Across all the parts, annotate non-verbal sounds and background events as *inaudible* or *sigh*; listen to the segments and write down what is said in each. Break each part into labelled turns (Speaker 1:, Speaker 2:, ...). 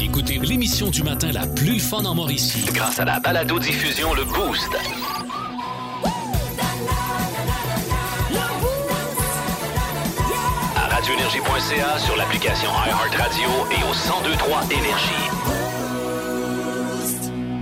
Speaker 1: Écoutez l'émission du matin la plus fun en Mauricie.
Speaker 2: Grâce à la balado diffusion le boost. À radioénergie.ca sur l'application iHeartRadio et au 1023 énergie.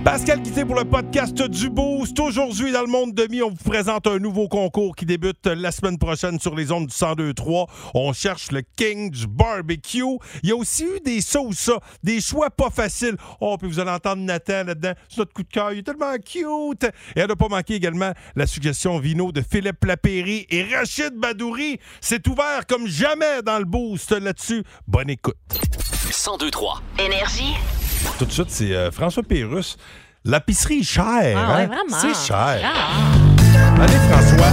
Speaker 3: Pascal Guité pour le podcast du Boost. Aujourd'hui, dans le monde demi, on vous présente un nouveau concours qui débute la semaine prochaine sur les ondes du 102.3. On cherche le king du barbecue. Il y a aussi eu des sauces, ça, des choix pas faciles. Oh, puis vous allez entendre Nathan là-dedans. C'est notre coup de cœur. Il est tellement cute. Et elle n'a pas manqué également la suggestion vino de Philippe Lapéry et Rachid Badouri. C'est ouvert comme jamais dans le Boost là-dessus. Bonne écoute.
Speaker 2: 1023
Speaker 4: Énergie.
Speaker 3: Tout de suite, c'est euh, François Pérus. L'épicerie est chère.
Speaker 5: Ah ouais,
Speaker 3: hein?
Speaker 5: vraiment.
Speaker 3: C'est cher.
Speaker 5: Ah.
Speaker 3: Allez, François.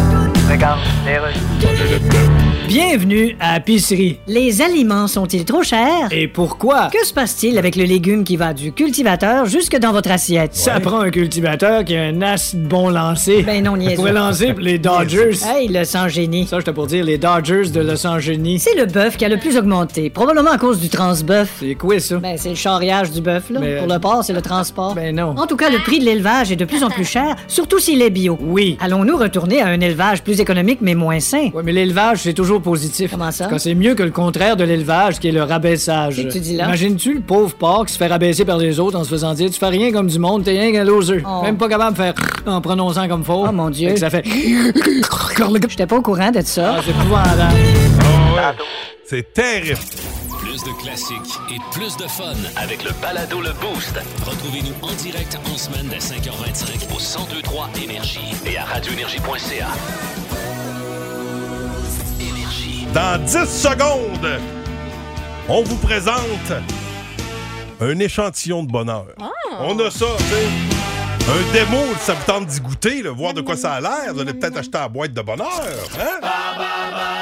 Speaker 6: Bienvenue à Pisserie.
Speaker 7: Les aliments sont-ils trop chers?
Speaker 6: Et pourquoi?
Speaker 7: Que se passe-t-il avec le légume qui va du cultivateur jusque dans votre assiette?
Speaker 6: Ça prend un cultivateur qui a un as de bon lancer.
Speaker 7: Ben non, niaiseux.
Speaker 6: Pour lancer pour les Dodgers.
Speaker 7: Hey, le sang génie.
Speaker 6: Ça, j'étais pour dire les Dodgers de Los Angeles.
Speaker 7: C'est le bœuf qui a le plus augmenté, probablement à cause du transbœuf.
Speaker 6: C'est quoi ça?
Speaker 7: Ben, c'est le charriage du bœuf, là.
Speaker 6: Mais,
Speaker 7: Pour
Speaker 6: euh,
Speaker 7: le porc, c'est le transport.
Speaker 6: Ben non.
Speaker 7: En tout cas, le prix de l'élevage est de plus en plus cher, surtout s'il est bio.
Speaker 6: Oui.
Speaker 7: Allons-nous retourner à un élevage plus économique mais moins sain?
Speaker 6: Ouais, mais l'élevage, c'est toujours positif.
Speaker 7: Comment ça?
Speaker 6: Quand c'est mieux que le contraire de l'élevage, qui est le rabaissage.
Speaker 7: Qu'est-ce que tu dis là?
Speaker 6: Imagines-tu le pauvre porc qui se fait rabaisser par les autres en se faisant dire Tu fais rien comme du monde, t'es rien qu'un loser.
Speaker 7: Oh.
Speaker 6: Même pas capable de faire en prononçant comme faux.
Speaker 7: Oh, mon Dieu.
Speaker 6: Fait que ça fait.
Speaker 7: J'étais pas au courant de ça.
Speaker 6: Ah, c'est épouvantable.
Speaker 3: C'est terrible.
Speaker 1: Plus de classiques et plus de fun.
Speaker 2: avec le balado le boost
Speaker 1: Retrouvez-nous en direct en semaine dès 5h25
Speaker 2: au 1023 énergie et à radioénergie.ca. Énergie.
Speaker 3: Dans 10 secondes, on vous présente un échantillon de bonheur. On a ça, tu sais. Un démo, ça vous tente d'y goûter, là, voir de quoi ça a l'air. Vous allez peut-être acheter la boîte de bonheur. Hein?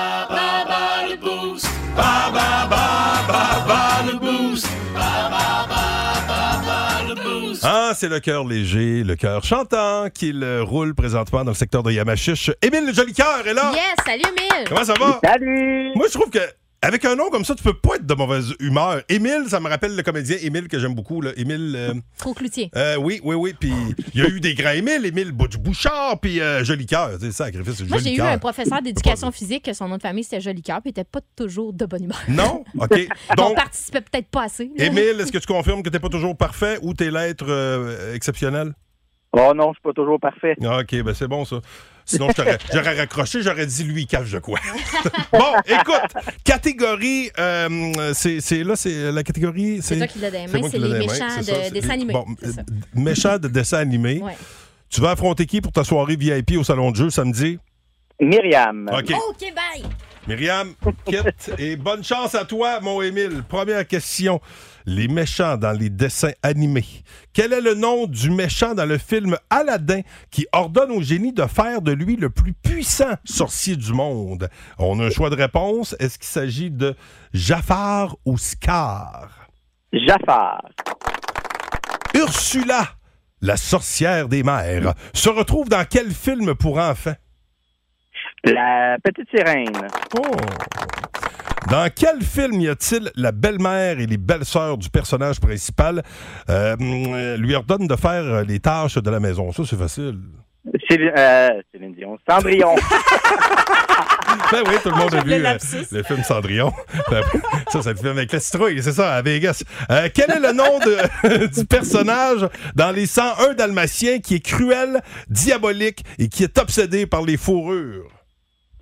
Speaker 3: Ah, c'est le cœur léger, le cœur chantant qu'il euh, roule présentement dans le secteur de Yamachiche. Émile Jolicoeur est là.
Speaker 5: Yes, salut Mille.
Speaker 3: Comment ça va?
Speaker 8: Salut!
Speaker 3: Moi, je trouve que avec un nom comme ça, tu peux pas être de mauvaise humeur. Émile, ça me rappelle le comédien Émile que j'aime beaucoup. Là. Émile, euh,
Speaker 5: Trop cloutier.
Speaker 3: euh, oui, oui, oui. Puis il y a eu des grands Émile, Émile Bouch- Bouchard, puis euh, Jolicoeur. Tu sais, sacrifice,
Speaker 5: Moi, j'ai eu un
Speaker 3: Jolicoeur.
Speaker 5: professeur d'éducation physique que son nom de famille c'était Jolicoeur, puis il était pas toujours de bonne humeur.
Speaker 3: Non? OK.
Speaker 5: On
Speaker 3: Donc,
Speaker 5: participait peut-être pas assez. là.
Speaker 3: Émile, est-ce que tu confirmes que t'es pas toujours parfait ou tes lettres euh, exceptionnelles?
Speaker 8: Oh non, je suis pas toujours parfait.
Speaker 3: Ah, OK, ben c'est bon ça. Sinon, je t'aurais- j'aurais raccroché, j'aurais dit lui, cave de quoi. *laughs* bon, écoute, catégorie, euh, c'est c'est- là, c'est la catégorie.
Speaker 5: C'est toi qui l'as dans les mains,
Speaker 3: moi
Speaker 5: c'est
Speaker 3: qui l'ai
Speaker 5: les
Speaker 3: dans mains,
Speaker 5: méchants
Speaker 3: c'est ça,
Speaker 5: de
Speaker 3: c'est-
Speaker 5: dessins animés.
Speaker 3: Bon,
Speaker 5: C'est ça.
Speaker 3: euh, méchants de dessins animés.
Speaker 5: Ouais.
Speaker 3: Tu vas affronter qui pour ta soirée VIP au salon de jeu samedi?
Speaker 8: Myriam.
Speaker 3: OK.
Speaker 5: Oh, OK, bye.
Speaker 3: Myriam, quitte et bonne chance à toi, mon Émile. Première question. Les méchants dans les dessins animés. Quel est le nom du méchant dans le film Aladdin qui ordonne au génie de faire de lui le plus puissant sorcier du monde? On a un choix de réponse. Est-ce qu'il s'agit de Jafar ou Scar?
Speaker 8: Jafar.
Speaker 3: Ursula, la sorcière des mers, se retrouve dans quel film pour enfants?
Speaker 8: La petite sirène.
Speaker 3: Oh. Dans quel film y a-t-il la belle-mère et les belles-sœurs du personnage principal euh, euh, lui ordonnent de faire euh, les tâches de la maison? Ça, c'est facile.
Speaker 8: Céline, euh, Céline Dion. Cendrillon.
Speaker 3: Ben oui, tout le monde a vu
Speaker 5: Ah, le
Speaker 3: euh,
Speaker 5: lapsus.
Speaker 3: le film Cendrillon. *laughs* Ben ça, c'est le film avec la citrouille, c'est ça, à Vegas. Euh, quel est le nom de- *laughs* du personnage dans les 101 Dalmatiens qui est cruel, diabolique et qui est obsédé par les fourrures?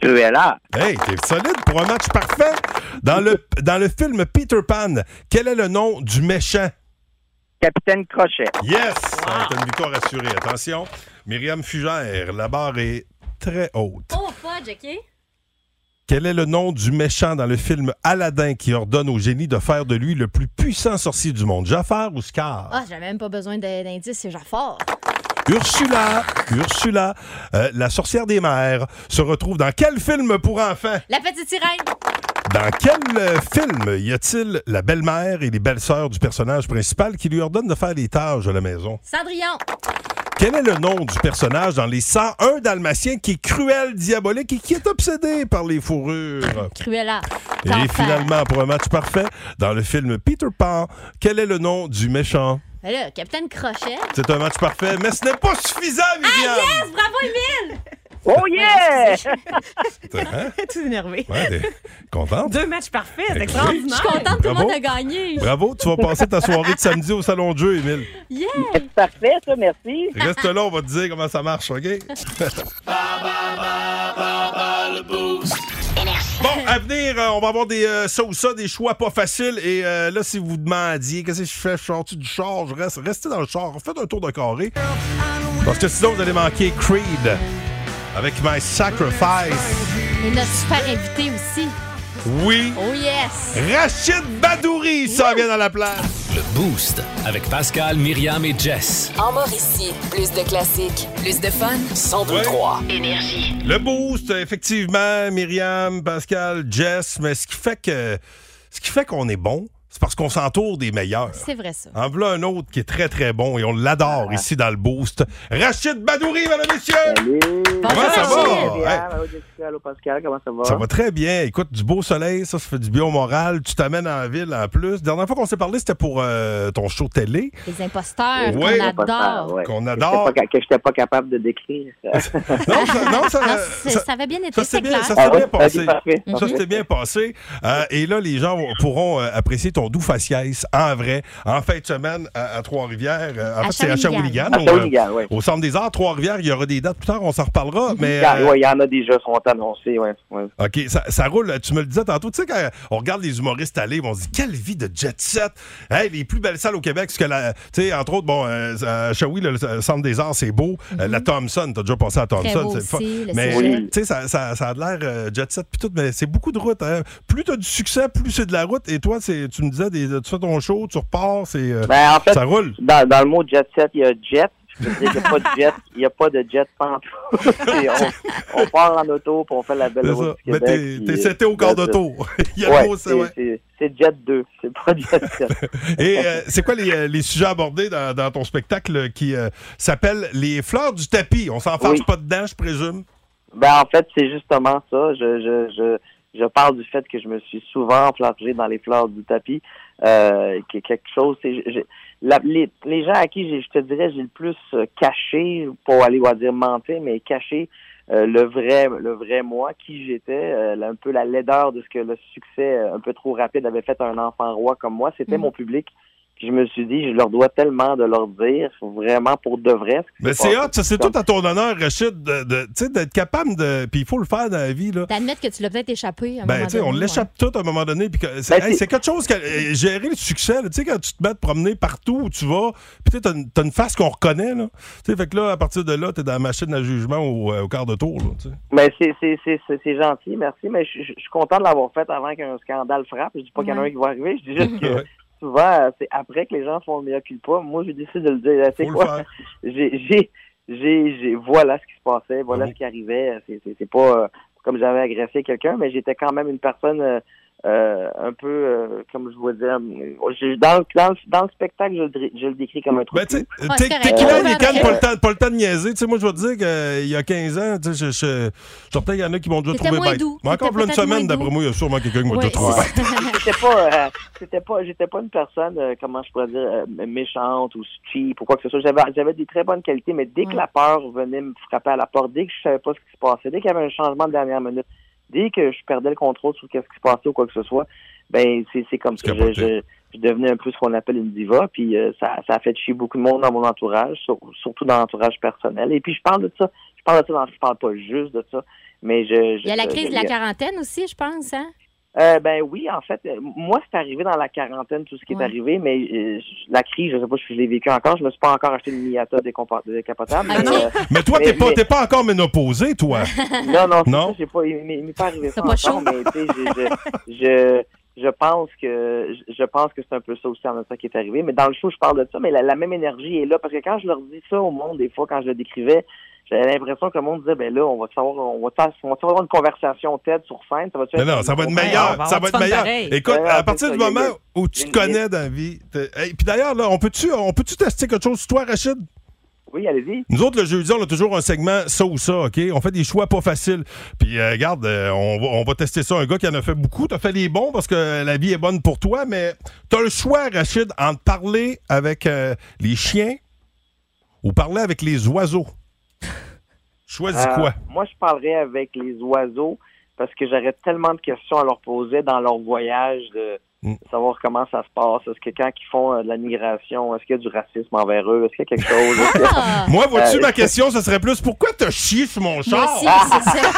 Speaker 8: Cruella.
Speaker 3: Hey, t'es solide pour un match parfait. Dans le, dans le film Peter Pan, quel est le nom du méchant?
Speaker 8: Capitaine Crochet.
Speaker 3: Yes! Ah, T'as une victoire assurée. Attention, Myriam Fugère, la barre est très haute.
Speaker 5: Oh, fudge, OK?
Speaker 3: Quel est le nom du méchant dans le film Aladdin qui ordonne au génie de faire de lui le plus puissant sorcier du monde? Jafar ou Scar?
Speaker 5: Ah, j'avais même pas besoin de- d'indices, c'est Jafar.
Speaker 3: Ursula, Ursula, euh, la sorcière des mers, se retrouve dans quel film pour enfants?
Speaker 5: La petite sirène.
Speaker 3: Dans quel euh, film y a-t-il la belle-mère et les belles-sœurs du personnage principal qui lui ordonnent de faire les tâches à la maison?
Speaker 5: Cendrillon.
Speaker 3: Quel est le nom du personnage dans les 101 Dalmatiens qui est cruel, diabolique et qui est obsédé par les fourrures?
Speaker 5: Cruella.
Speaker 3: Et
Speaker 5: Parfait.
Speaker 3: finalement, pour un match parfait, dans le film Peter Pan, quel est le nom du méchant?
Speaker 5: Ben là, Capitaine Crochet.
Speaker 3: C'est un match parfait, mais ce n'est pas suffisant, Myriam!
Speaker 5: Bravo, Emile!
Speaker 8: Oh yeah!
Speaker 3: Hein?
Speaker 4: Tout énervé.
Speaker 3: Ouais, t'es contente?
Speaker 4: Deux matchs parfaits, *laughs*
Speaker 3: Ben,
Speaker 4: c'est
Speaker 5: Je
Speaker 4: extraordinaire.
Speaker 5: suis contente, tout le monde
Speaker 3: Bravo.
Speaker 5: a gagné.
Speaker 3: Bravo, tu vas passer ta soirée de samedi au salon de jeu, Émile.
Speaker 5: Yeah!
Speaker 8: C'est parfait, ça, merci.
Speaker 3: Reste là, on va te dire comment ça marche, OK? Bon, à venir, euh, on va avoir des euh, ça ou ça, des choix pas faciles. Et euh, là, si vous demandiez, qu'est-ce que je fais? Je sors-tu du char? Je reste, restez dans le char. Faites un tour de carré. Parce que sinon, vous allez manquer Creed avec My Sacrifice.
Speaker 5: Et notre super invité aussi.
Speaker 3: Oui.
Speaker 5: Oh yes!
Speaker 3: Rachid Badouri, ça vient dans la place.
Speaker 1: Le Boost avec Pascal, Myriam et Jess.
Speaker 9: En Mauricie, plus de classiques, plus de fun.
Speaker 2: 1023.
Speaker 9: Énergie.
Speaker 3: Le boost, effectivement, Myriam, Pascal, Jess, mais ce qui fait que ce qui fait qu'on est bon, c'est parce qu'on s'entoure des meilleurs.
Speaker 5: C'est vrai ça.
Speaker 3: En voilà un autre qui est très très bon et on l'adore ici dans le boost. Rachid Badouri, mesdames et messieurs!
Speaker 8: Salut!
Speaker 5: Bonjour,
Speaker 3: ça va?
Speaker 5: Rachid.
Speaker 8: Bien, allô, Jessica, allô, Pascal, comment ça va?
Speaker 3: Ça va très bien. Écoute, du beau soleil, ça, ça fait du bien au moral. Tu t'amènes en ville en plus. Dernière fois qu'on s'est parlé, c'était pour euh, ton show télé
Speaker 5: Les imposteurs
Speaker 3: Ouais.
Speaker 5: qu'on
Speaker 8: Pas de
Speaker 5: adore.
Speaker 8: temps, ouais.
Speaker 3: qu'on
Speaker 8: Que j'étais
Speaker 3: adore.
Speaker 8: pas ca- Que j'étais pas capable de décrire.
Speaker 3: Non, ça, non, ça-
Speaker 5: Ah, c'est-
Speaker 3: ça-
Speaker 5: ça avait bien été,
Speaker 3: ça s'est
Speaker 5: c'est
Speaker 3: bien,
Speaker 5: clair.
Speaker 3: ça s'est
Speaker 8: Ah
Speaker 3: bien
Speaker 8: ouais?
Speaker 3: passé.
Speaker 8: Ok, parfait.
Speaker 5: Mhm.
Speaker 3: Ça, c'était bien passé. Euh, et là, les gens vont- pourront euh, apprécier ton doux faciès en vrai en fin de semaine à, à Trois-Rivières. Euh, en
Speaker 5: À
Speaker 3: fait, c'est à Shawinigan.
Speaker 5: Shawinigan.
Speaker 8: Ah,
Speaker 3: au,
Speaker 8: ça,
Speaker 3: euh,
Speaker 8: oui, gars, ouais.
Speaker 3: au Centre des Arts, Trois-Rivières, il y aura des dates plus tard, on s'en reparlera. Mais,
Speaker 8: Gars,
Speaker 3: euh,
Speaker 8: ouais, il y en a déjà, sont annoncés, ouais. ouais.
Speaker 3: OK, ça, ça roule. Tu me le disais tantôt. Tu sais, quand on regarde les humoristes aller, on se dit quelle vie de jet set. Hey, les plus belles salles au Québec, parce que, la- tu sais, entre autres, bon, euh, à Shawi, le, le Centre des Arts, c'est beau. Euh, la Thompson, t'as déjà passé à
Speaker 5: Mhm. Très
Speaker 3: Thompson,
Speaker 5: beau
Speaker 3: c'est le fun.
Speaker 5: aussi, le
Speaker 3: Mais
Speaker 5: sujet.
Speaker 3: tu sais, ça, ça, ça a de l'air euh, jet set puis tout, mais c'est beaucoup de route. hein. Plus t'as du succès, plus c'est de la route. Et toi, c'est, tu me disais, des- tu fais ton show, tu repars, c'est euh,
Speaker 8: Ben, en fait,
Speaker 3: ça roule.
Speaker 8: dans, dans le mot jet set, il y a jet. Je veux dire, il n'y a pas de jet, il n'y a pas de jet pantoute. *laughs* Et on, on part en auto, puis on fait la belle
Speaker 3: C'est
Speaker 8: route
Speaker 3: ça.
Speaker 8: du
Speaker 3: Mais
Speaker 8: Québec.
Speaker 3: t'es,
Speaker 8: puis,
Speaker 3: t'es
Speaker 8: euh,
Speaker 3: seté au quart
Speaker 8: that's
Speaker 3: de
Speaker 8: it.
Speaker 3: tour. *laughs* Il y a le
Speaker 8: Ouais,
Speaker 3: mot, c'est,
Speaker 8: c'est,
Speaker 3: ouais.
Speaker 8: c'est- c'est jet 2, c'est pas jet 7.
Speaker 3: Et euh, c'est quoi les, euh, les sujets abordés dans, dans ton spectacle qui euh, s'appelle Les fleurs du tapis? On s'en fâche
Speaker 8: Oui.
Speaker 3: pas dedans, je présume.
Speaker 8: ben, en fait, c'est justement ça. Je, je, je, je parle du fait que je me suis souvent plongé dans les fleurs du tapis, euh, qui est quelque chose. C'est, je- je- la- les, les gens à qui j'ai- je te dirais j'ai le plus euh, caché, pour aller on va dire mentir, mais caché euh, le vrai le vrai moi, qui j'étais, euh, la- un peu la laideur de ce que le succès euh, un peu trop rapide avait fait à un enfant roi comme moi, c'était
Speaker 5: Mhm.
Speaker 8: mon public. Puis je me suis dit, je leur dois tellement de leur dire, vraiment pour de vrai. ce qui
Speaker 3: Mais
Speaker 8: s'est
Speaker 3: c'est
Speaker 8: passé.
Speaker 3: hot, ça, c'est tout à ton honneur, Rachid, de, de- tu sais, d'être capable de. Puis il faut le faire dans la vie, là.
Speaker 5: D'admettre que tu l'as peut-être échappé. À un
Speaker 3: Ben,
Speaker 5: moment
Speaker 3: tu sais, on
Speaker 5: donné,
Speaker 3: l'échappe tout à un moment donné. puis que- c'est
Speaker 8: Ben,
Speaker 3: hey,
Speaker 8: c'est-
Speaker 3: c'est quelque chose, que, euh, gérer le succès, là, tu sais, quand tu te mets à te promener partout où tu vas, puis tu sais, t'as une- t'as une face qu'on reconnaît, là. Tu sais, fait que là, à partir de là, t'es dans la machine à jugement au, euh, au quart de tour, là, tu sais.
Speaker 8: Mais Ben, c'est c'est- c'est- c'est- c'est gentil, merci. Mais je je- je suis content de l'avoir fait avant qu'un scandale frappe. Je dis pas qu'il y en a un qui va arriver. Je dis
Speaker 3: *laughs*
Speaker 8: juste que
Speaker 3: Ouais.
Speaker 8: souvent, euh, c'est après que les gens se font le pas. Moi, je décide de le dire. C'est
Speaker 3: Faut le
Speaker 8: quoi?
Speaker 3: faire.
Speaker 8: *laughs* J'ai, j'ai, j'ai, j'ai- voilà ce qui se passait, voilà
Speaker 3: Mhm.
Speaker 8: ce qui arrivait. C'est- C'est c'est pas euh, comme j'avais agressé quelqu'un, mais j'étais quand même une personne euh, euh, un peu, euh, comme je vous dire, euh, je- dans, le- dans, le- dans le spectacle, je le, dri- je le décris comme un truc.
Speaker 3: Ben, tu sais,
Speaker 5: Ouais,
Speaker 3: t'es-
Speaker 5: c'est correct.
Speaker 3: t'es qu'il a,
Speaker 5: Ouais,
Speaker 3: il canne,
Speaker 5: ouais.
Speaker 3: pas le temps, pas le temps de niaiser. Tu sais, moi, je vais te dire qu'il y a 15 ans, tu sais, je, je, je, peut-être qu'il y en a qui m'ont déjà
Speaker 5: T'étais
Speaker 3: trouvé
Speaker 5: moins
Speaker 3: bête.
Speaker 5: doux.
Speaker 3: Mais encore
Speaker 5: T'étais
Speaker 3: plein une
Speaker 5: peut-être moins
Speaker 3: semaine,
Speaker 5: doux.
Speaker 3: d'après moi, il y a sûrement quelqu'un qui m'a déjà
Speaker 5: Ouais,
Speaker 3: trouvé
Speaker 5: c'est
Speaker 3: bête.
Speaker 8: J'étais pas, euh, j'étais pas, j'étais pas une personne, euh, comment je pourrais dire, euh, méchante ou cheap ou quoi que ce soit. J'avais, j'avais des très bonnes qualités, mais dès que
Speaker 5: Ouais.
Speaker 8: la peur venait me frapper à la porte, dès que je savais pas ce qui se passait, dès qu'il y avait un changement de dernière minute, dès que je perdais le contrôle sur qu'est-ce qui se passait ou quoi que ce soit, ben c'est, c'est comme
Speaker 3: Tu
Speaker 8: ça. Je,
Speaker 3: capotais.
Speaker 8: je, je devenais un peu ce qu'on appelle une diva, puis euh, ça, ça a fait chier beaucoup de monde dans mon entourage, sur- surtout dans l'entourage personnel. Et puis je parle de ça, je parle de ça, dans- je parle pas juste de ça, mais je. je-
Speaker 5: Il y a la
Speaker 8: je-
Speaker 5: crise de
Speaker 8: je-
Speaker 5: la quarantaine aussi, je pense. Hein?
Speaker 8: euh, ben oui, en fait, euh, moi, c'est arrivé dans la quarantaine, tout ce qui
Speaker 5: Ouais.
Speaker 8: est arrivé, mais euh, je- la crise, je sais pas si je l'ai vécu encore. Je me suis pas encore acheté une Miata décompa- décapotable.
Speaker 5: Ah
Speaker 8: mais,
Speaker 5: non?
Speaker 8: euh,
Speaker 3: Mais toi, t'es
Speaker 8: Mais-
Speaker 3: pas,
Speaker 8: mais-
Speaker 3: t'es pas encore ménopausé, toi.
Speaker 8: non, non, c'est
Speaker 3: Non?
Speaker 8: ça, j'ai pas, il, m'est- il m'est pas arrivé ça
Speaker 5: T'as pas
Speaker 8: encore, mais tu sais, je, je, je, je pense que je- je pense que c'est un peu ça aussi en même temps qui est arrivé. Mais dans le show, je parle de ça, mais la, la même énergie est là parce que quand je leur dis ça au monde, des fois, quand je le décrivais, j'avais l'impression que le monde disait ben là, on va savoir, on va, on va avoir une conversation tête sur scène, ça va.
Speaker 3: Mais non, ça va être
Speaker 4: on va
Speaker 3: meilleur. Ça
Speaker 4: avoir
Speaker 3: va
Speaker 4: du
Speaker 3: être
Speaker 4: fun
Speaker 3: meilleur.
Speaker 4: pareil.
Speaker 3: Écoute,
Speaker 8: Ouais,
Speaker 3: à
Speaker 8: ouais,
Speaker 3: partir
Speaker 8: c'est
Speaker 3: du
Speaker 8: ça, il y a-
Speaker 3: moment où tu
Speaker 8: il
Speaker 3: te
Speaker 8: y a-
Speaker 3: connais dans la vie. t'es- Hey, puis d'ailleurs, là, on peut-tu on peut tester quelque chose sur toi, Rachid?
Speaker 8: Oui, allez-y.
Speaker 3: Nous autres, le jeudi, on a toujours un segment ça ou ça, OK? On fait des choix pas faciles. Puis, euh, regarde, euh, on, va, on va tester ça. Un gars qui en a fait beaucoup, t'as fait les bons parce que la vie est bonne pour toi, mais t'as le choix, Rachid, entre parler avec euh, les chiens ou parler avec les oiseaux. *laughs* Choisis
Speaker 4: Ah.
Speaker 8: Euh,
Speaker 3: quoi?
Speaker 8: Moi, je parlerais avec les oiseaux parce que j'aurais tellement de questions à leur poser dans leur voyage de
Speaker 3: Mm.
Speaker 8: savoir comment ça se passe. Est-ce que quand ils font euh, de la migration, est-ce qu'il y a du racisme envers eux? Est-ce qu'il y a quelque chose? Est-ce que-
Speaker 5: Ah!
Speaker 3: Moi, vois-tu,
Speaker 8: euh,
Speaker 3: ma question, ce serait plus pourquoi t'as chié sur mon
Speaker 5: Moi
Speaker 3: char?
Speaker 5: aussi, c'est ça.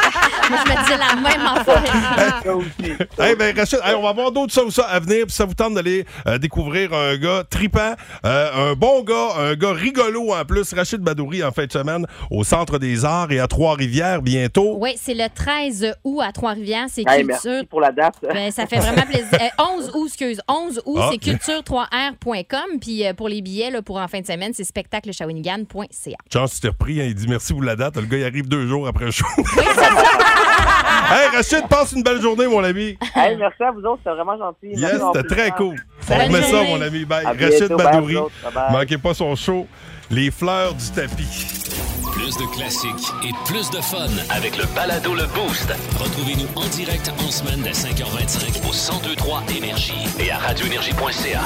Speaker 5: Moi, je me disais la même affaire.
Speaker 8: Ça aussi.
Speaker 3: Eh ben, Rachid, *laughs* hey, on va avoir d'autres ça ou ça à venir. Puis ça vous tente d'aller euh, découvrir un gars tripant, euh, un bon gars, un gars rigolo en plus. Rachid Badouri en fin de semaine au Centre des Arts et à Trois-Rivières bientôt.
Speaker 5: Oui, c'est le 13 août à Trois-Rivières. C'est culture.
Speaker 8: Hey, merci pour la date.
Speaker 5: Ben, ça fait vraiment plaisir. Euh, 11 août, excuse. 11 août,
Speaker 3: Ah.
Speaker 5: c'est culture3r.com. Puis euh, pour les billets, là, pour en fin de semaine, c'est spectacleshawinigan.ca.
Speaker 3: Chance, tu t'es repris. hein, il dit merci pour la date. Le gars, il arrive deux jours après le show. *laughs* hey, Rachid, passe une belle journée, mon ami.
Speaker 8: *laughs* Hey, merci à vous autres, c'était vraiment gentil. Merci
Speaker 3: Yes,
Speaker 8: d'avoir
Speaker 3: c'était
Speaker 8: pris le
Speaker 3: très
Speaker 8: temps.
Speaker 3: cool. On
Speaker 5: Bonne
Speaker 3: remet ça,
Speaker 5: journée.
Speaker 3: mon ami. Bye.
Speaker 8: À
Speaker 3: Rachid
Speaker 8: bientôt, bye à
Speaker 3: Badouri.
Speaker 8: vous autres. Bye-bye.
Speaker 3: Manquez pas son show. Les fleurs du tapis.
Speaker 1: Plus de classiques et plus de fun.
Speaker 2: Avec le balado Le Boost
Speaker 1: Retrouvez-nous en direct en semaine dès 5h25
Speaker 2: au 1023 Énergie et à radioénergie.ca.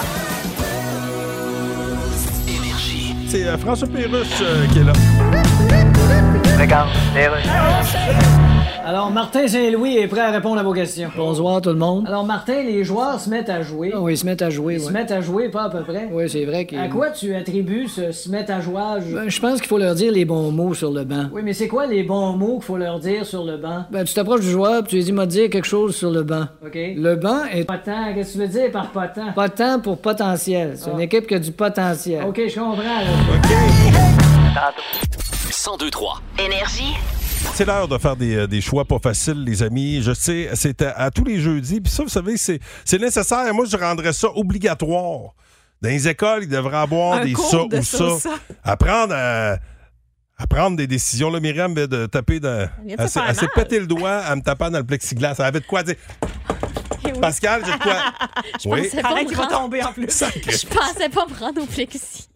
Speaker 2: Énergie.
Speaker 3: C'est euh, François Pérusse euh, qui est là.
Speaker 6: Alors, Martin Saint-Louis est prêt à répondre à vos questions. Bonsoir, tout le monde. Alors, Martin, les joueurs se mettent à
Speaker 4: Ah
Speaker 6: jouer. oui, ils se mettent à jouer, Ils se mettent à jouer, pas à peu près. Oui, c'est vrai qu'ils... À quoi tu attribues ce se mettre à jouage?
Speaker 4: Ben,
Speaker 6: Ben, je pense qu'il faut leur dire les bons mots sur le banc. Oui, mais c'est quoi les bons mots qu'il faut leur dire sur le banc? Ben, tu t'approches du joueur, puis tu lui dis, m'a dire quelque chose sur le banc. OK. Le banc est... Potent, qu'est-ce que tu veux dire par potent? Potent pour potentiel. C'est une
Speaker 4: Ah.
Speaker 6: équipe qui a du potentiel. OK, je comprends,
Speaker 2: 1023.
Speaker 9: Énergie.
Speaker 3: C'est l'heure de faire des, euh, des choix pas faciles, les amis. Je sais, c'est à, à tous les jeudis. Puis ça, vous savez, c'est c'est nécessaire. Moi, je rendrais ça obligatoire. Dans les écoles, ils devraient avoir
Speaker 4: Un
Speaker 3: des
Speaker 4: cours
Speaker 3: ça
Speaker 4: de
Speaker 3: ou
Speaker 4: ça ou
Speaker 3: ça. Apprendre à, à prendre des décisions. Là, Myriam vient de taper dans.
Speaker 4: vient de
Speaker 3: Elle
Speaker 4: se
Speaker 3: s'est
Speaker 4: faire
Speaker 3: elle s'est
Speaker 4: mal.
Speaker 3: pété le doigt en me tapant dans le plexiglas. Elle avait de quoi dire. Pascal, j'ai de quoi. oui,
Speaker 5: pensais pas
Speaker 4: Arrête,
Speaker 5: me
Speaker 4: il va
Speaker 5: rendre-
Speaker 4: tomber en plus.
Speaker 3: *laughs* sacré.
Speaker 5: Je pensais pas me rendre au plexi.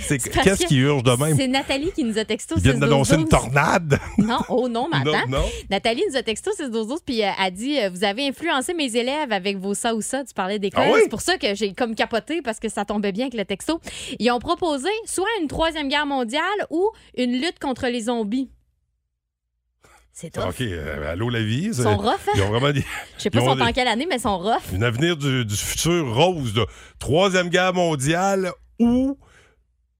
Speaker 3: C'est-
Speaker 5: C'est parce
Speaker 3: Qu'est-ce
Speaker 5: que
Speaker 3: qui urge de même?
Speaker 5: C'est Nathalie qui nous a texté au
Speaker 3: Ils viennent d'annoncer une
Speaker 5: 6-12-12.
Speaker 3: tornade.
Speaker 5: Non, oh non, mais
Speaker 3: Non,
Speaker 5: attends.
Speaker 3: non.
Speaker 5: Nathalie nous a texté au 6 12 12, puis euh, a dit euh, Vous avez influencé mes élèves avec vos ça ou ça. Tu parlais d'école.
Speaker 3: Ah oui?
Speaker 5: C'est pour ça que j'ai comme capoté parce que ça tombait bien avec le texto. Ils ont proposé soit une troisième guerre mondiale ou une lutte contre les zombies. C'est tough.
Speaker 3: OK, euh, allô la vie.
Speaker 5: Ils
Speaker 3: c'est-
Speaker 5: sont rough,
Speaker 3: Ils
Speaker 5: hein?
Speaker 3: ont vraiment des-
Speaker 5: Je sais pas
Speaker 3: ils
Speaker 5: si
Speaker 3: ont
Speaker 5: on est en
Speaker 3: des-
Speaker 5: quelle année, mais ils sont rough.
Speaker 3: Un avenir du, du futur rose, de Troisième Guerre mondiale ou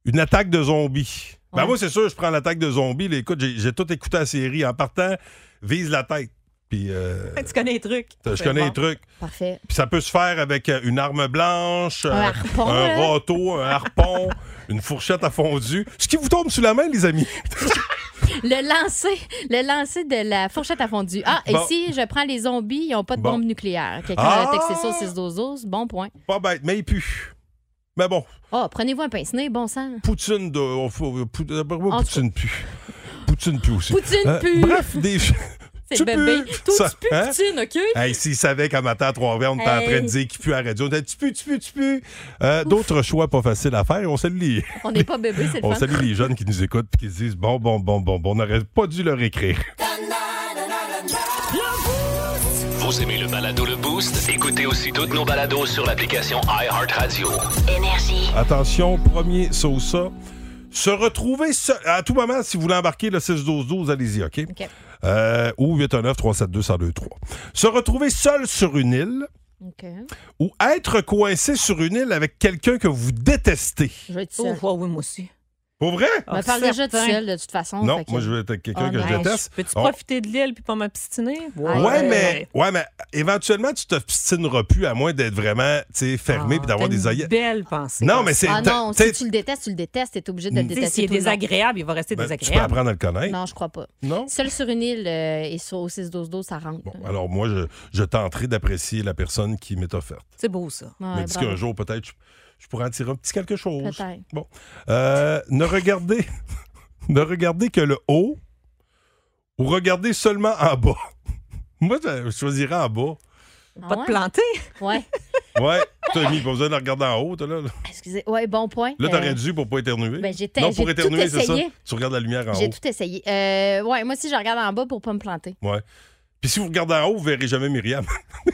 Speaker 3: une attaque de zombies. Ben
Speaker 5: Ouais.
Speaker 3: moi, c'est sûr, je prends l'attaque de zombies. Là, écoute, j'ai j'ai tout écouté la série. En partant, vise la tête. Puis euh,
Speaker 4: Tu connais les trucs.
Speaker 3: je connais les trucs.
Speaker 5: Parfait.
Speaker 3: Puis ça peut se faire avec euh, une arme blanche,
Speaker 5: Un
Speaker 3: euh,
Speaker 5: harpon,
Speaker 3: un
Speaker 5: là.
Speaker 3: râteau,
Speaker 5: *laughs*
Speaker 3: un harpon, une fourchette à fondue. Ce qui vous tombe sous la main, les amis.
Speaker 5: Le lancer, le lancer de la fourchette à fondue. Ah,
Speaker 3: Bon.
Speaker 5: et si je prends les zombies, ils n'ont pas de
Speaker 3: Bon.
Speaker 5: bombe nucléaire. Quelqu'un
Speaker 3: Ah!
Speaker 5: a texté ça au 6 12 12. Bon point.
Speaker 3: Pas bête, mais il pue. Mais bon,
Speaker 5: Oh, prenez-vous un pince-nez, bon sang.
Speaker 3: Poutine, de, on faut- pou- d'après moi,
Speaker 5: En tout
Speaker 3: Poutine pue. Poutine pue aussi.
Speaker 5: Poutine
Speaker 3: Euh,
Speaker 5: pue.
Speaker 3: Bref, des...
Speaker 5: *laughs* C'est
Speaker 3: tu
Speaker 5: bébé.
Speaker 3: pues.
Speaker 5: Toi,
Speaker 3: Ça,
Speaker 5: tu pues,
Speaker 3: hein?
Speaker 5: poutine, OK?
Speaker 3: Hey, s'il savait qu'à matin à trois verres, on était en train
Speaker 5: Hey.
Speaker 3: de dire qu'il pue à la radio, on était, tu pues, tu pues, tu pues. Euh, D'autres choix pas faciles à faire. On salue les,
Speaker 5: On n'est pas bébé, c'est *laughs* le
Speaker 3: on
Speaker 5: fun.
Speaker 3: salue les jeunes qui nous écoutent et qui se disent bon, bon, bon, bon, bon, on n'aurait pas dû leur écrire.
Speaker 2: Vous aimez le balado Le Boost? Écoutez aussi toutes nos balados sur l'application iHeartRadio.
Speaker 9: Énergie.
Speaker 3: Attention, premier ça ou ça. Se retrouver seul. À tout moment, si vous voulez embarquer le 6-12-12, allez-y, OK?
Speaker 5: OK.
Speaker 3: Euh, ou 819-372-1023. Se retrouver seul sur une île
Speaker 5: OK.
Speaker 3: ou être coincé sur une île avec quelqu'un que vous détestez.
Speaker 5: Je vais être
Speaker 4: Oh,
Speaker 5: seule.
Speaker 4: oh, oui, moi aussi.
Speaker 3: Pour vrai?
Speaker 5: On me parle déjà de seul, de toute façon.
Speaker 3: non,
Speaker 5: Oh, fait que-
Speaker 3: moi, je veux être avec quelqu'un
Speaker 5: Oh,
Speaker 3: que je
Speaker 5: non.
Speaker 3: déteste.
Speaker 4: Peux-tu
Speaker 3: On-
Speaker 4: profiter de l'île puis pas m'obstiner?
Speaker 5: Ah,
Speaker 3: Ouais,
Speaker 5: ouais,
Speaker 3: mais, ouais, mais éventuellement, tu t'obstineras plus, à moins d'être vraiment tu sais, fermé
Speaker 4: Ah,
Speaker 3: puis d'avoir
Speaker 4: t'as
Speaker 3: des
Speaker 4: une
Speaker 3: aïeux.
Speaker 4: belle pensée.
Speaker 3: Non, mais c'est.
Speaker 5: Ah non,
Speaker 3: t'as-
Speaker 5: si tu le détestes, tu le détestes. T'es obligé de le
Speaker 3: Mm.
Speaker 4: Tu sais,
Speaker 5: détester.
Speaker 4: S'il est
Speaker 5: tout le long.
Speaker 4: désagréable, il va rester
Speaker 3: ben, tu peux
Speaker 4: désagréable.
Speaker 3: apprendre à le connaître.
Speaker 5: Non, je crois pas.
Speaker 3: Non?
Speaker 5: Seul sur une île euh, et sur, au 6-12-12, ça rentre.
Speaker 3: Bon, alors moi, je, je tenterai d'apprécier la personne qui m'est offerte.
Speaker 4: C'est beau, ça.
Speaker 5: Ouais,
Speaker 3: Mais dis
Speaker 5: bravo.
Speaker 3: qu'un jour, peut-être, je, je pourrais en tirer un petit quelque chose.
Speaker 5: Peut-être.
Speaker 3: Bon. Euh, ne regardez *laughs* ne regardez que le haut ou regardez seulement en bas. *laughs* Moi, je choisirais en bas.
Speaker 5: Ah
Speaker 4: Pas
Speaker 5: ouais?
Speaker 4: de planter.
Speaker 5: Ouais.
Speaker 3: Ouais. Tommy, pas besoin de la regarder en haut, toi, là.
Speaker 5: Excusez. Ouais, bon point.
Speaker 3: Là, t'aurais
Speaker 5: Euh,
Speaker 3: dû pour pas éternuer.
Speaker 5: ben, j'étais-
Speaker 3: non,
Speaker 5: j'ai
Speaker 3: pour
Speaker 5: tout
Speaker 3: éternuer, c'est ça. Ah, oh.
Speaker 5: essayé.
Speaker 3: Tu regardes la lumière en
Speaker 5: J'ai
Speaker 3: haut.
Speaker 5: tout essayé. Euh, ouais, moi aussi, je regarde en bas pour pas me
Speaker 3: *laughs*
Speaker 5: planter.
Speaker 3: Ouais. Puis si vous regardez en haut, vous verrez jamais Myriam.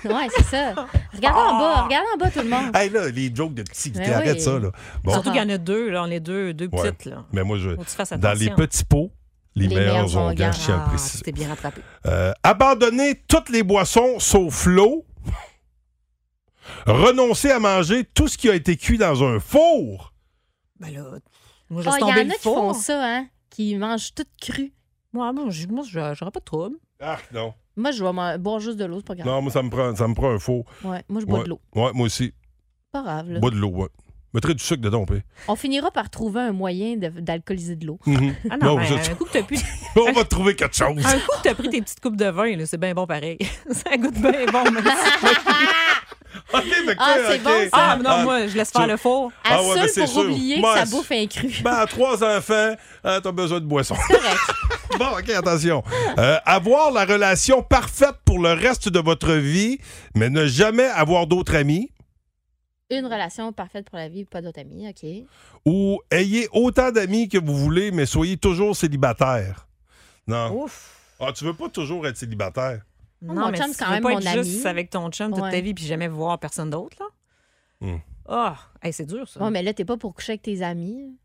Speaker 5: Ouais, c'est ça. Regarde en bas, regarde en bas tout le monde.
Speaker 3: *laughs* hey, là, les jokes de petits,
Speaker 5: Ben
Speaker 3: qui arrête
Speaker 5: oui.
Speaker 3: ça, là. Ah, Bon.
Speaker 4: Surtout qu'il y en a deux, là. On est deux, deux
Speaker 3: Ouais.
Speaker 4: petites, là.
Speaker 3: Mais moi, je.
Speaker 4: Faut que tu fasses
Speaker 3: Dans
Speaker 4: attention.
Speaker 3: les petits pots, les,
Speaker 5: Les
Speaker 3: meilleurs
Speaker 5: meilleurs
Speaker 3: ont
Speaker 5: ont
Speaker 3: gagné,
Speaker 5: gagné.
Speaker 3: je tiens à le
Speaker 4: Ah,
Speaker 3: préciser.
Speaker 4: c'était bien rattrapé.
Speaker 3: Euh, abandonner toutes les boissons sauf l'eau. *laughs* Renoncer à manger tout ce qui a été cuit dans un four.
Speaker 4: Ben là, moi, je
Speaker 5: Ah,
Speaker 4: laisse
Speaker 5: Il y
Speaker 4: tomber
Speaker 5: en
Speaker 4: le
Speaker 5: a qui
Speaker 4: four.
Speaker 5: font ça, hein, qui mangent tout cru.
Speaker 4: Moi, moi, j'- moi, j'a- j'aurais pas de trouble.
Speaker 3: Ah non.
Speaker 5: Moi, je vais m'en- boire juste de l'eau, c'est pas grave.
Speaker 3: Non, moi, ça me prend, ça me prend un four.
Speaker 5: Ouais, moi, je bois
Speaker 3: Ouais.
Speaker 5: de l'eau.
Speaker 3: Ouais, moi aussi.
Speaker 5: Pas grave. là.
Speaker 3: Bois de l'eau, ouais. Mettrais du sucre dedans,
Speaker 5: *laughs*
Speaker 3: *laughs* pé.
Speaker 5: On finira par trouver un moyen de- d'alcooliser de l'eau.
Speaker 4: Ah non,
Speaker 3: Non,
Speaker 4: mais
Speaker 3: je-
Speaker 4: un coup que t'as plus-
Speaker 3: On va trouver quelque chose.
Speaker 4: un coup que t'as pris tes petites coupes de vin, là, c'est bien bon pareil. *laughs* ça goûte bien bon. même
Speaker 3: Ah,
Speaker 4: si-
Speaker 3: *laughs* OK, mais
Speaker 5: Ah, c'est
Speaker 3: OK.
Speaker 5: bon, ça.
Speaker 4: Ah, mais non,
Speaker 3: Ah,
Speaker 4: moi, je laisse faire
Speaker 3: ça-
Speaker 4: le four.
Speaker 5: À
Speaker 3: Ah ouais, ben,
Speaker 5: seul
Speaker 3: c'est
Speaker 5: pour
Speaker 3: sûr.
Speaker 5: oublier
Speaker 3: Ben,
Speaker 5: que sa
Speaker 3: c'est-
Speaker 5: bouffe est crue.
Speaker 3: Ben, à trois enfants, euh, t'as besoin de boissons.
Speaker 5: *laughs* Correct.
Speaker 3: *laughs* Bon, OK, attention. Euh, avoir la relation parfaite pour le reste de votre vie, mais ne jamais avoir d'autres amis
Speaker 5: Une relation parfaite pour la vie, pas d'autres amis, OK.
Speaker 3: ou ayez autant d'amis que vous voulez, mais soyez toujours célibataire. Non.
Speaker 4: Ouf.
Speaker 3: Ah, tu veux pas toujours être *laughs* célibataire?
Speaker 5: Oh, mon chum,
Speaker 4: si
Speaker 5: c'est
Speaker 4: tu
Speaker 5: quand
Speaker 4: veux
Speaker 5: même
Speaker 4: pas
Speaker 5: mon
Speaker 4: être juste
Speaker 5: ami.
Speaker 4: avec ton chum toute
Speaker 5: Ouais.
Speaker 4: ta vie puis jamais voir personne d'autre, là.
Speaker 3: Hmm.
Speaker 4: Ah, hey, c'est dur, ça.
Speaker 5: Bon, mais là, t'es pas pour coucher avec tes amis.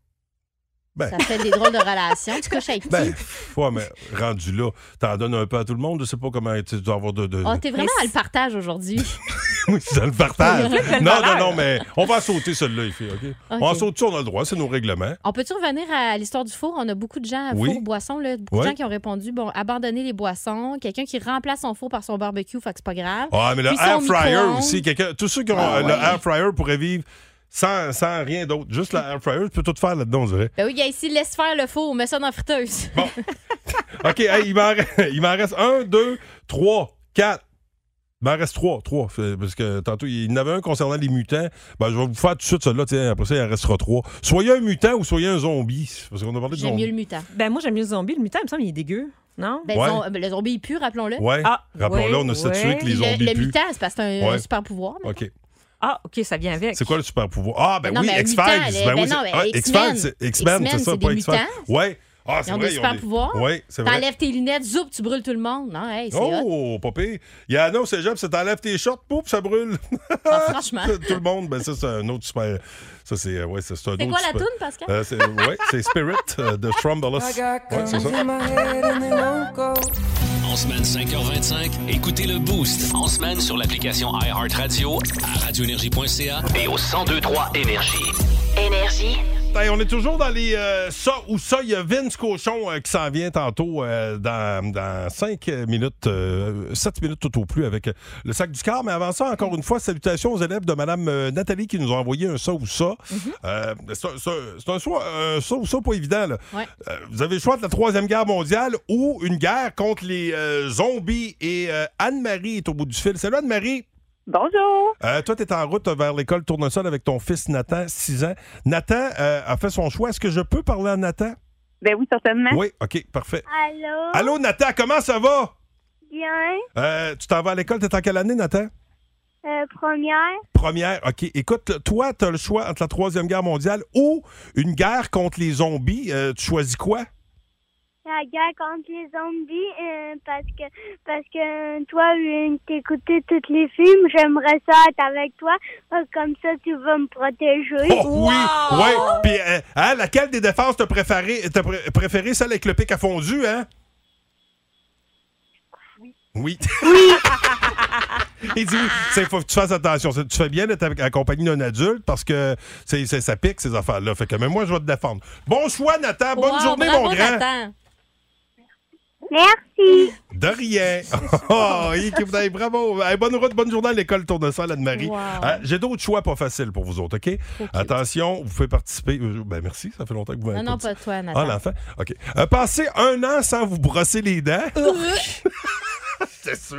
Speaker 3: Ben.
Speaker 5: Ça fait des drôles de relations. Tu couches avec qui?
Speaker 3: Ben, ouais, mais rendu là, t'en donnes un peu à tout le monde. Je sais pas comment tu dois avoir de. de...
Speaker 5: Oh, t'es vraiment
Speaker 4: Mais
Speaker 5: dans le partage aujourd'hui.
Speaker 3: *laughs* Oui, ça *laughs* le partage.
Speaker 4: plein de
Speaker 3: non, non,
Speaker 4: valeurs.
Speaker 3: non, mais on va sauter celui-là, les filles, OK?
Speaker 5: OK.
Speaker 3: On en saute, on a le droit, c'est nos règlements.
Speaker 5: On peut-tu revenir à l'histoire du four? On a beaucoup de gens à
Speaker 3: Oui.
Speaker 5: four boisson, là, beaucoup
Speaker 3: Ouais.
Speaker 5: de gens qui ont répondu bon, abandonner les boissons, quelqu'un qui remplace son four par son barbecue, fait que c'est pas grave.
Speaker 3: Ah, mais le
Speaker 5: Puis son
Speaker 3: air fryer
Speaker 5: micro-ondes.
Speaker 3: aussi. quelqu'un- Tous ceux qui ont
Speaker 5: Ah
Speaker 3: euh, le
Speaker 5: ouais.
Speaker 3: air fryer pourraient vivre sans, sans rien d'autre. Juste le air fryer, tu peux tout faire là-dedans, on dirait.
Speaker 5: Ben oui, gars, ici, laisse faire le four, mets ça dans la friteuse.
Speaker 3: OK, hey, il m'en re- il m'en reste *laughs* un, deux, trois, quatre. Il m'en reste trois, trois. fait- Parce que tantôt, il y en avait un concernant les mutants. Ben, je vais vous faire tout de suite celui-là. tiens, Après ça, il en restera trois. Soyez un mutant ou soyez un zombie. Parce qu'on a parlé de
Speaker 5: J'aime mieux le
Speaker 3: zombie.
Speaker 5: mutant.
Speaker 4: Ben, moi, j'aime mieux le zombie. Le mutant, il me semble, il est dégueu. Non?
Speaker 5: Ben,
Speaker 3: Ouais.
Speaker 5: zom- ben, le zombie, il pue, rappelons-le.
Speaker 3: Ouais.
Speaker 4: Ah,
Speaker 3: Rappelons-le,
Speaker 4: ouais,
Speaker 3: on a statué
Speaker 4: ouais.
Speaker 3: que
Speaker 5: Le,
Speaker 3: les zombies
Speaker 5: le
Speaker 3: puent.
Speaker 5: mutant, c'est parce que c'est un,
Speaker 3: Ouais.
Speaker 5: un super pouvoir. mais-
Speaker 3: OK.
Speaker 4: Ah, OK, ça vient avec.
Speaker 3: C'est quoi le super pouvoir? Ah, ben
Speaker 5: Non,
Speaker 3: oui,
Speaker 5: mais un
Speaker 3: X-Files.
Speaker 5: mutant, les- ben
Speaker 3: oui,
Speaker 5: non,
Speaker 3: c'est-
Speaker 5: mais
Speaker 3: ah,
Speaker 5: X-Men.
Speaker 3: X-Files, c'est- X-Men, c'est
Speaker 5: X-Men,
Speaker 3: ça,
Speaker 5: c'est
Speaker 3: pas
Speaker 5: des
Speaker 3: X-Files.
Speaker 5: mutants.
Speaker 3: Ouais. Ah,
Speaker 5: Ils
Speaker 3: c'est
Speaker 5: ont
Speaker 3: vrai.
Speaker 5: des super pouvoirs.
Speaker 3: Oui, c'est vrai.
Speaker 5: T'enlèves tes lunettes, zoup, tu brûles tout le monde. Non, hey, c'est hot.
Speaker 3: Oh, pas pire. Il y en a au cégep, c'est t'enlèves tes shorts, pouf, ça brûle. *laughs*
Speaker 5: Ah, franchement.
Speaker 3: Tout le monde, ben ça, c'est un autre super. Ça, c'est. euh, Ouais, c'est c'est un
Speaker 5: C'est
Speaker 3: autre
Speaker 5: quoi la
Speaker 3: super-
Speaker 5: toune, Pascal?
Speaker 3: Euh, c'est- ouais, c'est Spirit euh, de Strombolus. Ouais, c'est ça.
Speaker 1: En semaine 5h25, écoutez le Boost
Speaker 2: En semaine sur l'application iHeartRadio
Speaker 1: à radioénergie.ca.
Speaker 2: et au 1023 Énergie.
Speaker 9: Énergie.
Speaker 3: Hey, on est toujours dans les euh, ça ou ça. Il y a Vince Cochon euh, qui s'en vient tantôt euh, dans, dans 5 minutes, 7 minutes tout au plus avec euh, le sac du car. Mais avant ça, encore une fois, salutations aux élèves de Mme Nathalie qui nous ont envoyé un ça ou ça. Euh, c'est un- c'est un- c'est un choix, euh, ça ou ça pas évident. là.
Speaker 5: Ouais.
Speaker 3: Euh, vous avez le choix de la Troisième Guerre mondiale ou une guerre contre les euh, zombies. Et euh, Anne-Marie est au bout du fil. Salut Anne-Marie!
Speaker 10: Bonjour.
Speaker 3: Euh, toi, tu es en route vers l'école Tournesol avec ton fils Nathan, 6 ans. Nathan euh, a fait son choix. Est-ce que je peux parler à Nathan?
Speaker 10: Ben oui, certainement.
Speaker 3: Oui, OK, parfait.
Speaker 10: Allô?
Speaker 3: Allô, Nathan, comment ça va?
Speaker 10: Bien.
Speaker 3: Euh, tu t'en vas à l'école, t'es en quelle année, Nathan?
Speaker 10: Euh, première.
Speaker 3: Première, OK. Écoute, toi, tu as le choix entre la Troisième Guerre mondiale ou une guerre contre les zombies. Euh, tu choisis quoi?
Speaker 10: La guerre contre les zombies, euh, parce que parce que toi, euh, t'écoutais tous les films, j'aimerais ça être avec toi, euh, comme ça tu vas me protéger.
Speaker 3: Oh oui, oui. Puis, euh, hein, laquelle des défenses t'as préféré, t'as pré- préféré celle avec le pic à fondu, hein? Oui. Oui. *laughs* Il dit oui. Il faut que tu fasses attention. C'est- Tu fais bien d'être avec- accompagné d'un adulte parce que c'est, c'est- ça pique, ces affaires-là. Fait que même moi, je vais te défendre. Bon choix, Nathan. Euh, Bonne
Speaker 5: Wow,
Speaker 3: journée,
Speaker 5: bravo,
Speaker 3: mon grand.
Speaker 5: Nathan.
Speaker 10: Merci.
Speaker 3: De rien. *laughs* oh, équipe d'ail, bravo. Eh, bonne route, bonne journée à l'école Tournesol, Anne-Marie.
Speaker 5: Wow.
Speaker 3: Ah, J'ai d'autres choix pas faciles pour vous autres, OK? Attention, vous pouvez participer. Euh, Ben, merci, ça fait longtemps que vous m'avez
Speaker 5: Non, non,
Speaker 3: pas
Speaker 5: pas toi,
Speaker 3: Ah,
Speaker 5: Nathan.
Speaker 3: l'enfant. OK. Euh, passez un an sans vous brosser les dents.
Speaker 5: *laughs*
Speaker 3: C'est sûr.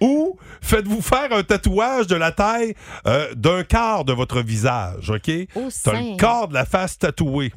Speaker 3: Ou faites-vous faire un tatouage de la taille euh, d'un quart de votre visage, OK?
Speaker 5: Au
Speaker 3: T'as
Speaker 5: sein.
Speaker 3: le quart de la face tatouée.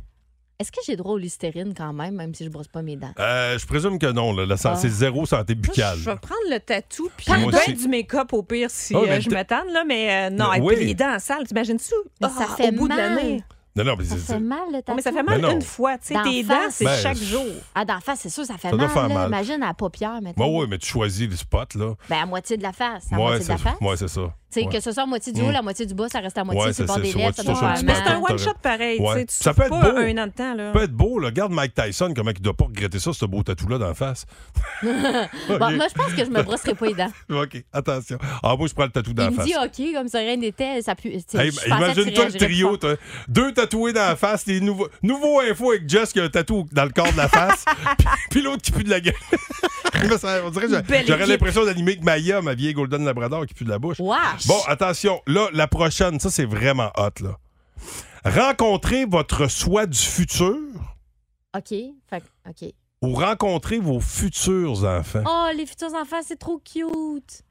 Speaker 5: Est-ce que j'ai droit aux listérines quand même, même si je brosse pas mes dents?
Speaker 3: Euh, je présume que non, là. La san-
Speaker 5: Ah.
Speaker 3: C'est zéro santé buccale.
Speaker 4: Je vais prendre le tatou puis
Speaker 3: Moi
Speaker 4: peut-être
Speaker 3: aussi.
Speaker 4: du make-up au pire si
Speaker 3: Ah, mais
Speaker 4: euh, je
Speaker 3: t'es-
Speaker 4: m'étonne, là, mais euh, non,
Speaker 3: Mais
Speaker 4: et
Speaker 3: oui.
Speaker 4: puis les dents sales, t'imagines-tu?
Speaker 5: ça
Speaker 4: Ah,
Speaker 5: fait
Speaker 4: au bout de
Speaker 5: mal.
Speaker 4: l'année.
Speaker 3: Non, non, mais
Speaker 5: Ça
Speaker 3: c'est-
Speaker 5: fait
Speaker 3: c'est-
Speaker 5: mal, le tatou.
Speaker 4: mais ça fait mal
Speaker 3: Mais non.
Speaker 4: une fois, tu sais,
Speaker 5: D'en
Speaker 4: tes
Speaker 5: face.
Speaker 4: dents, c'est
Speaker 3: Ben,
Speaker 4: chaque
Speaker 3: je-
Speaker 4: jour.
Speaker 5: Ah, d'en face, c'est sûr, ça fait
Speaker 3: Ça doit
Speaker 5: mal.
Speaker 3: faire
Speaker 5: là.
Speaker 3: mal.
Speaker 5: Imagine à la paupière, maintenant.
Speaker 3: Ouais, ouais, mais tu choisis les spots, là.
Speaker 5: Ben, à moitié de la face. À
Speaker 3: ouais,
Speaker 5: moitié de
Speaker 3: c'est
Speaker 5: la face.
Speaker 3: ouais, c'est ça.
Speaker 5: Tu sais,
Speaker 3: Ouais.
Speaker 5: Que ce soit à moitié du haut,
Speaker 3: Mm.
Speaker 5: la moitié du bas, ça reste à moitié.
Speaker 3: Ouais,
Speaker 5: c'est
Speaker 3: c'est
Speaker 5: pas
Speaker 3: ça,
Speaker 5: des
Speaker 3: c'est-
Speaker 5: lèvres,
Speaker 3: ouais,
Speaker 5: ça
Speaker 3: c'est
Speaker 5: doit
Speaker 3: ça,
Speaker 5: faire
Speaker 3: c'est
Speaker 4: Mais c'est
Speaker 5: mal.
Speaker 4: un one shot pareil, tu
Speaker 3: Ouais.
Speaker 4: sais, tu
Speaker 3: Ça
Speaker 4: souffres
Speaker 3: peut être
Speaker 4: pas
Speaker 3: beau.
Speaker 4: un an de temps, là.
Speaker 3: Ça peut être beau, là. Regarde Mike Tyson, comment il doit pas regretter ça, ce beau tatou-là dans la face.
Speaker 5: Bon,
Speaker 3: Ok.
Speaker 5: moi, je pense que je me brosserai pas les dents.
Speaker 3: *laughs* OK, attention. Ah, moi, je prends le tatou dans
Speaker 5: Il
Speaker 3: la
Speaker 5: me
Speaker 3: face.
Speaker 5: dit OK, comme ça, rien n'était. Ça pue. tu sais,
Speaker 3: Hey,
Speaker 5: je pensais que tu
Speaker 3: Imagine-toi le
Speaker 5: réagirais
Speaker 3: trio.
Speaker 5: pas.
Speaker 3: t'as Deux tatoués dans la face, les nouveaux, nouveaux infos avec Jess qui a un tatou dans le corps de la face, *laughs* puis, puis l'autre qui pue de la gueule. *laughs* Mais ça- On dirait que
Speaker 4: Une belle
Speaker 3: j'a- j'aurais
Speaker 4: équipe.
Speaker 3: l'impression d'animer que Maya, ma vieille Golden Labrador, qui pue de la bouche.
Speaker 5: Wesh!
Speaker 3: Bon, attention. Là, la prochaine, ça, c'est vraiment hot, là. Rencontrer votre soi du futur
Speaker 5: OK. Fait que- OK.
Speaker 3: ou rencontrer vos futurs enfants.
Speaker 5: Oh, les futurs enfants, c'est trop cute.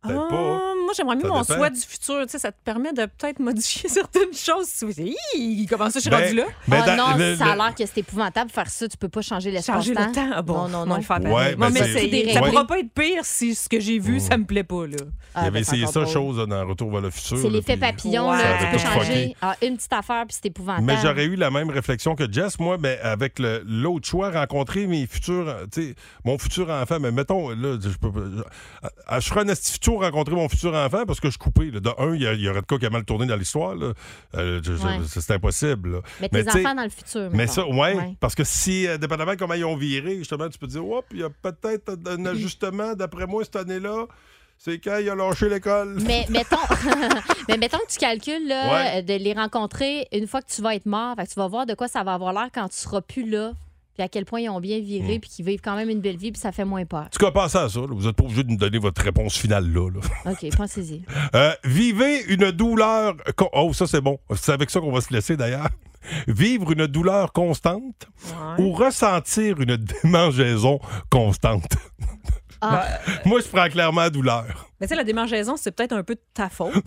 Speaker 4: Ah,
Speaker 3: Peut-être pas. hein.
Speaker 4: moi, j'aimerais mieux
Speaker 3: Ça
Speaker 4: mon
Speaker 3: dépend.
Speaker 4: souhait du futur. Tu sais, ça te permet de peut-être modifier *laughs* certaines choses. Si vous dites, Hi, comment ça, je suis
Speaker 3: Ben,
Speaker 4: rendu là?
Speaker 3: ben,
Speaker 5: oh
Speaker 3: dans-
Speaker 5: non,
Speaker 3: le-
Speaker 5: ça
Speaker 3: le-
Speaker 5: a l'air que c'est épouvantable de faire ça. Tu peux pas changer l'espace-temps.
Speaker 4: Changer le temps. Ah bon,
Speaker 5: non, non,
Speaker 4: on va
Speaker 5: non.
Speaker 4: le faire
Speaker 3: Ouais,
Speaker 4: pareil.
Speaker 3: ben,
Speaker 4: Moi, mais
Speaker 5: c'est-
Speaker 4: c'est-
Speaker 5: c'est
Speaker 4: ça
Speaker 5: des
Speaker 4: pourra pas être pire si ce que j'ai vu, ça me plaît pas, là.
Speaker 5: Ah,
Speaker 3: Il
Speaker 5: ben,
Speaker 3: avait
Speaker 5: c'est
Speaker 3: essayé
Speaker 5: encore
Speaker 3: ça,
Speaker 5: drôle.
Speaker 3: chose, dans Retour vers le futur.
Speaker 5: C'est
Speaker 3: là,
Speaker 5: l'effet
Speaker 3: puis-
Speaker 5: papillon,
Speaker 4: Ouais.
Speaker 5: là, tu peux
Speaker 3: Ça avait tout
Speaker 5: changer ah, une petite affaire, puis c'est épouvantable.
Speaker 3: Mais j'aurais eu la même réflexion que Jess, moi, ben, avec le- l'autre choix, rencontrer mes futurs, euh, tu sais, mon futur enfant. Mais mettons, là, je peux pas- je- ah, je ferais un esti futur rencontrer mon futur enfant parce que je suis coupé. là. De un, il y, a- il y aurait de quoi qui a mal tourné dans l'histoire. là. Euh, je- je-
Speaker 5: Ouais.
Speaker 3: C'est impossible. là.
Speaker 5: Mais
Speaker 3: mais
Speaker 5: tes
Speaker 3: t'sais-
Speaker 5: enfants dans le futur.
Speaker 3: Mais
Speaker 5: mettons.
Speaker 3: ça, ouais,
Speaker 5: Ouais.
Speaker 3: parce que si, euh, dépendamment comment ils ont viré, justement, tu peux dire, Oups, il y a peut-être
Speaker 4: *laughs*
Speaker 3: un ajustement, d'après moi, cette année-là, c'est quand il a lâché l'école. *laughs*
Speaker 5: Mais mettons, mais mettons *laughs* que tu calcules là,
Speaker 3: Ouais.
Speaker 5: euh, de les rencontrer une fois que tu vas être mort. Fait que tu vas voir de quoi ça va avoir l'air quand tu seras plus là. Puis à quel point ils ont bien viré,
Speaker 3: Mm.
Speaker 5: puis qu'ils vivent quand même une belle vie, puis ça fait moins peur.
Speaker 3: En tout cas, pensez à ça. là. Vous n'êtes pas obligé de nous donner votre réponse finale là. *laughs* là.
Speaker 5: OK, pensez-y.
Speaker 3: Euh, vivez une douleur. con- Oh, ça, c'est bon. C'est avec ça qu'on va se laisser d'ailleurs. *laughs* Vivre une douleur constante
Speaker 4: Ouais.
Speaker 3: ou ressentir une démangeaison constante.
Speaker 5: Ah.
Speaker 3: *laughs* Moi, je prends clairement
Speaker 4: *laughs*
Speaker 3: la douleur.
Speaker 4: Mais tu sais, la démangeaison, c'est peut-être un peu de ta faute.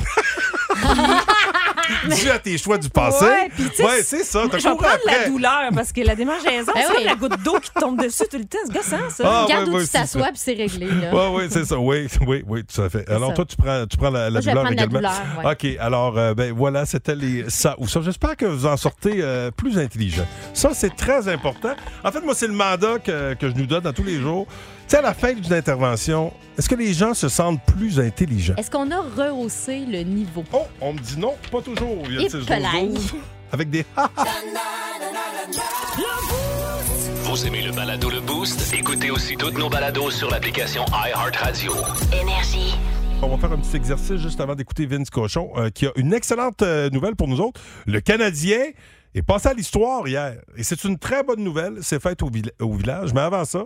Speaker 3: Dû à tes choix du passé.
Speaker 4: Ouais, puis tu sais,
Speaker 3: Ouais, c'est ça. T'as
Speaker 4: Je vais
Speaker 3: couru
Speaker 4: prendre la
Speaker 3: après.
Speaker 4: douleur parce que la démangeaison,
Speaker 5: *laughs* Ben
Speaker 4: c'est
Speaker 5: oui.
Speaker 4: comme la goutte d'eau qui te tombe dessus tout le temps. C'est gossant, ça.
Speaker 3: Ah,
Speaker 5: Regarde
Speaker 3: ouais,
Speaker 5: où
Speaker 3: ouais,
Speaker 5: tu
Speaker 3: c'est ça.
Speaker 5: t'assois, puis c'est réglé. Là.
Speaker 3: Oui, oui, c'est ça. Oui, *laughs* oui, oui, tout à fait. Alors,
Speaker 5: ça.
Speaker 3: toi, tu prends, tu prends la, la
Speaker 5: Moi, je vais
Speaker 3: douleur
Speaker 5: prendre la
Speaker 3: également.
Speaker 5: douleur, ouais.
Speaker 3: OK. Alors, euh, ben voilà, c'était les ça ou ça. J'espère que vous en sortez euh, plus intelligent. Ça, c'est très important. En fait, moi, c'est le mandat que, que je nous donne à tous les jours. Tu sais, à la fin d'une intervention, est-ce que les gens se sentent plus intelligents?
Speaker 5: Est-ce qu'on a rehaussé le niveau?
Speaker 3: Oh, on me dit non, pas toujours. Il y a
Speaker 5: Et
Speaker 3: de ces
Speaker 5: pelaille.
Speaker 3: zozos Avec des
Speaker 2: Vous aimez le balado Le Boost? Écoutez aussi toutes nos balados sur l'application iHeartRadio.
Speaker 9: Énergie.
Speaker 3: On va faire un petit exercice juste avant d'écouter Vince Cochon, euh, qui a une excellente euh, nouvelle pour nous autres. Le Canadien est passé à l'histoire hier. Et c'est une très bonne nouvelle. C'est fait au, vil- au village. Mais avant ça,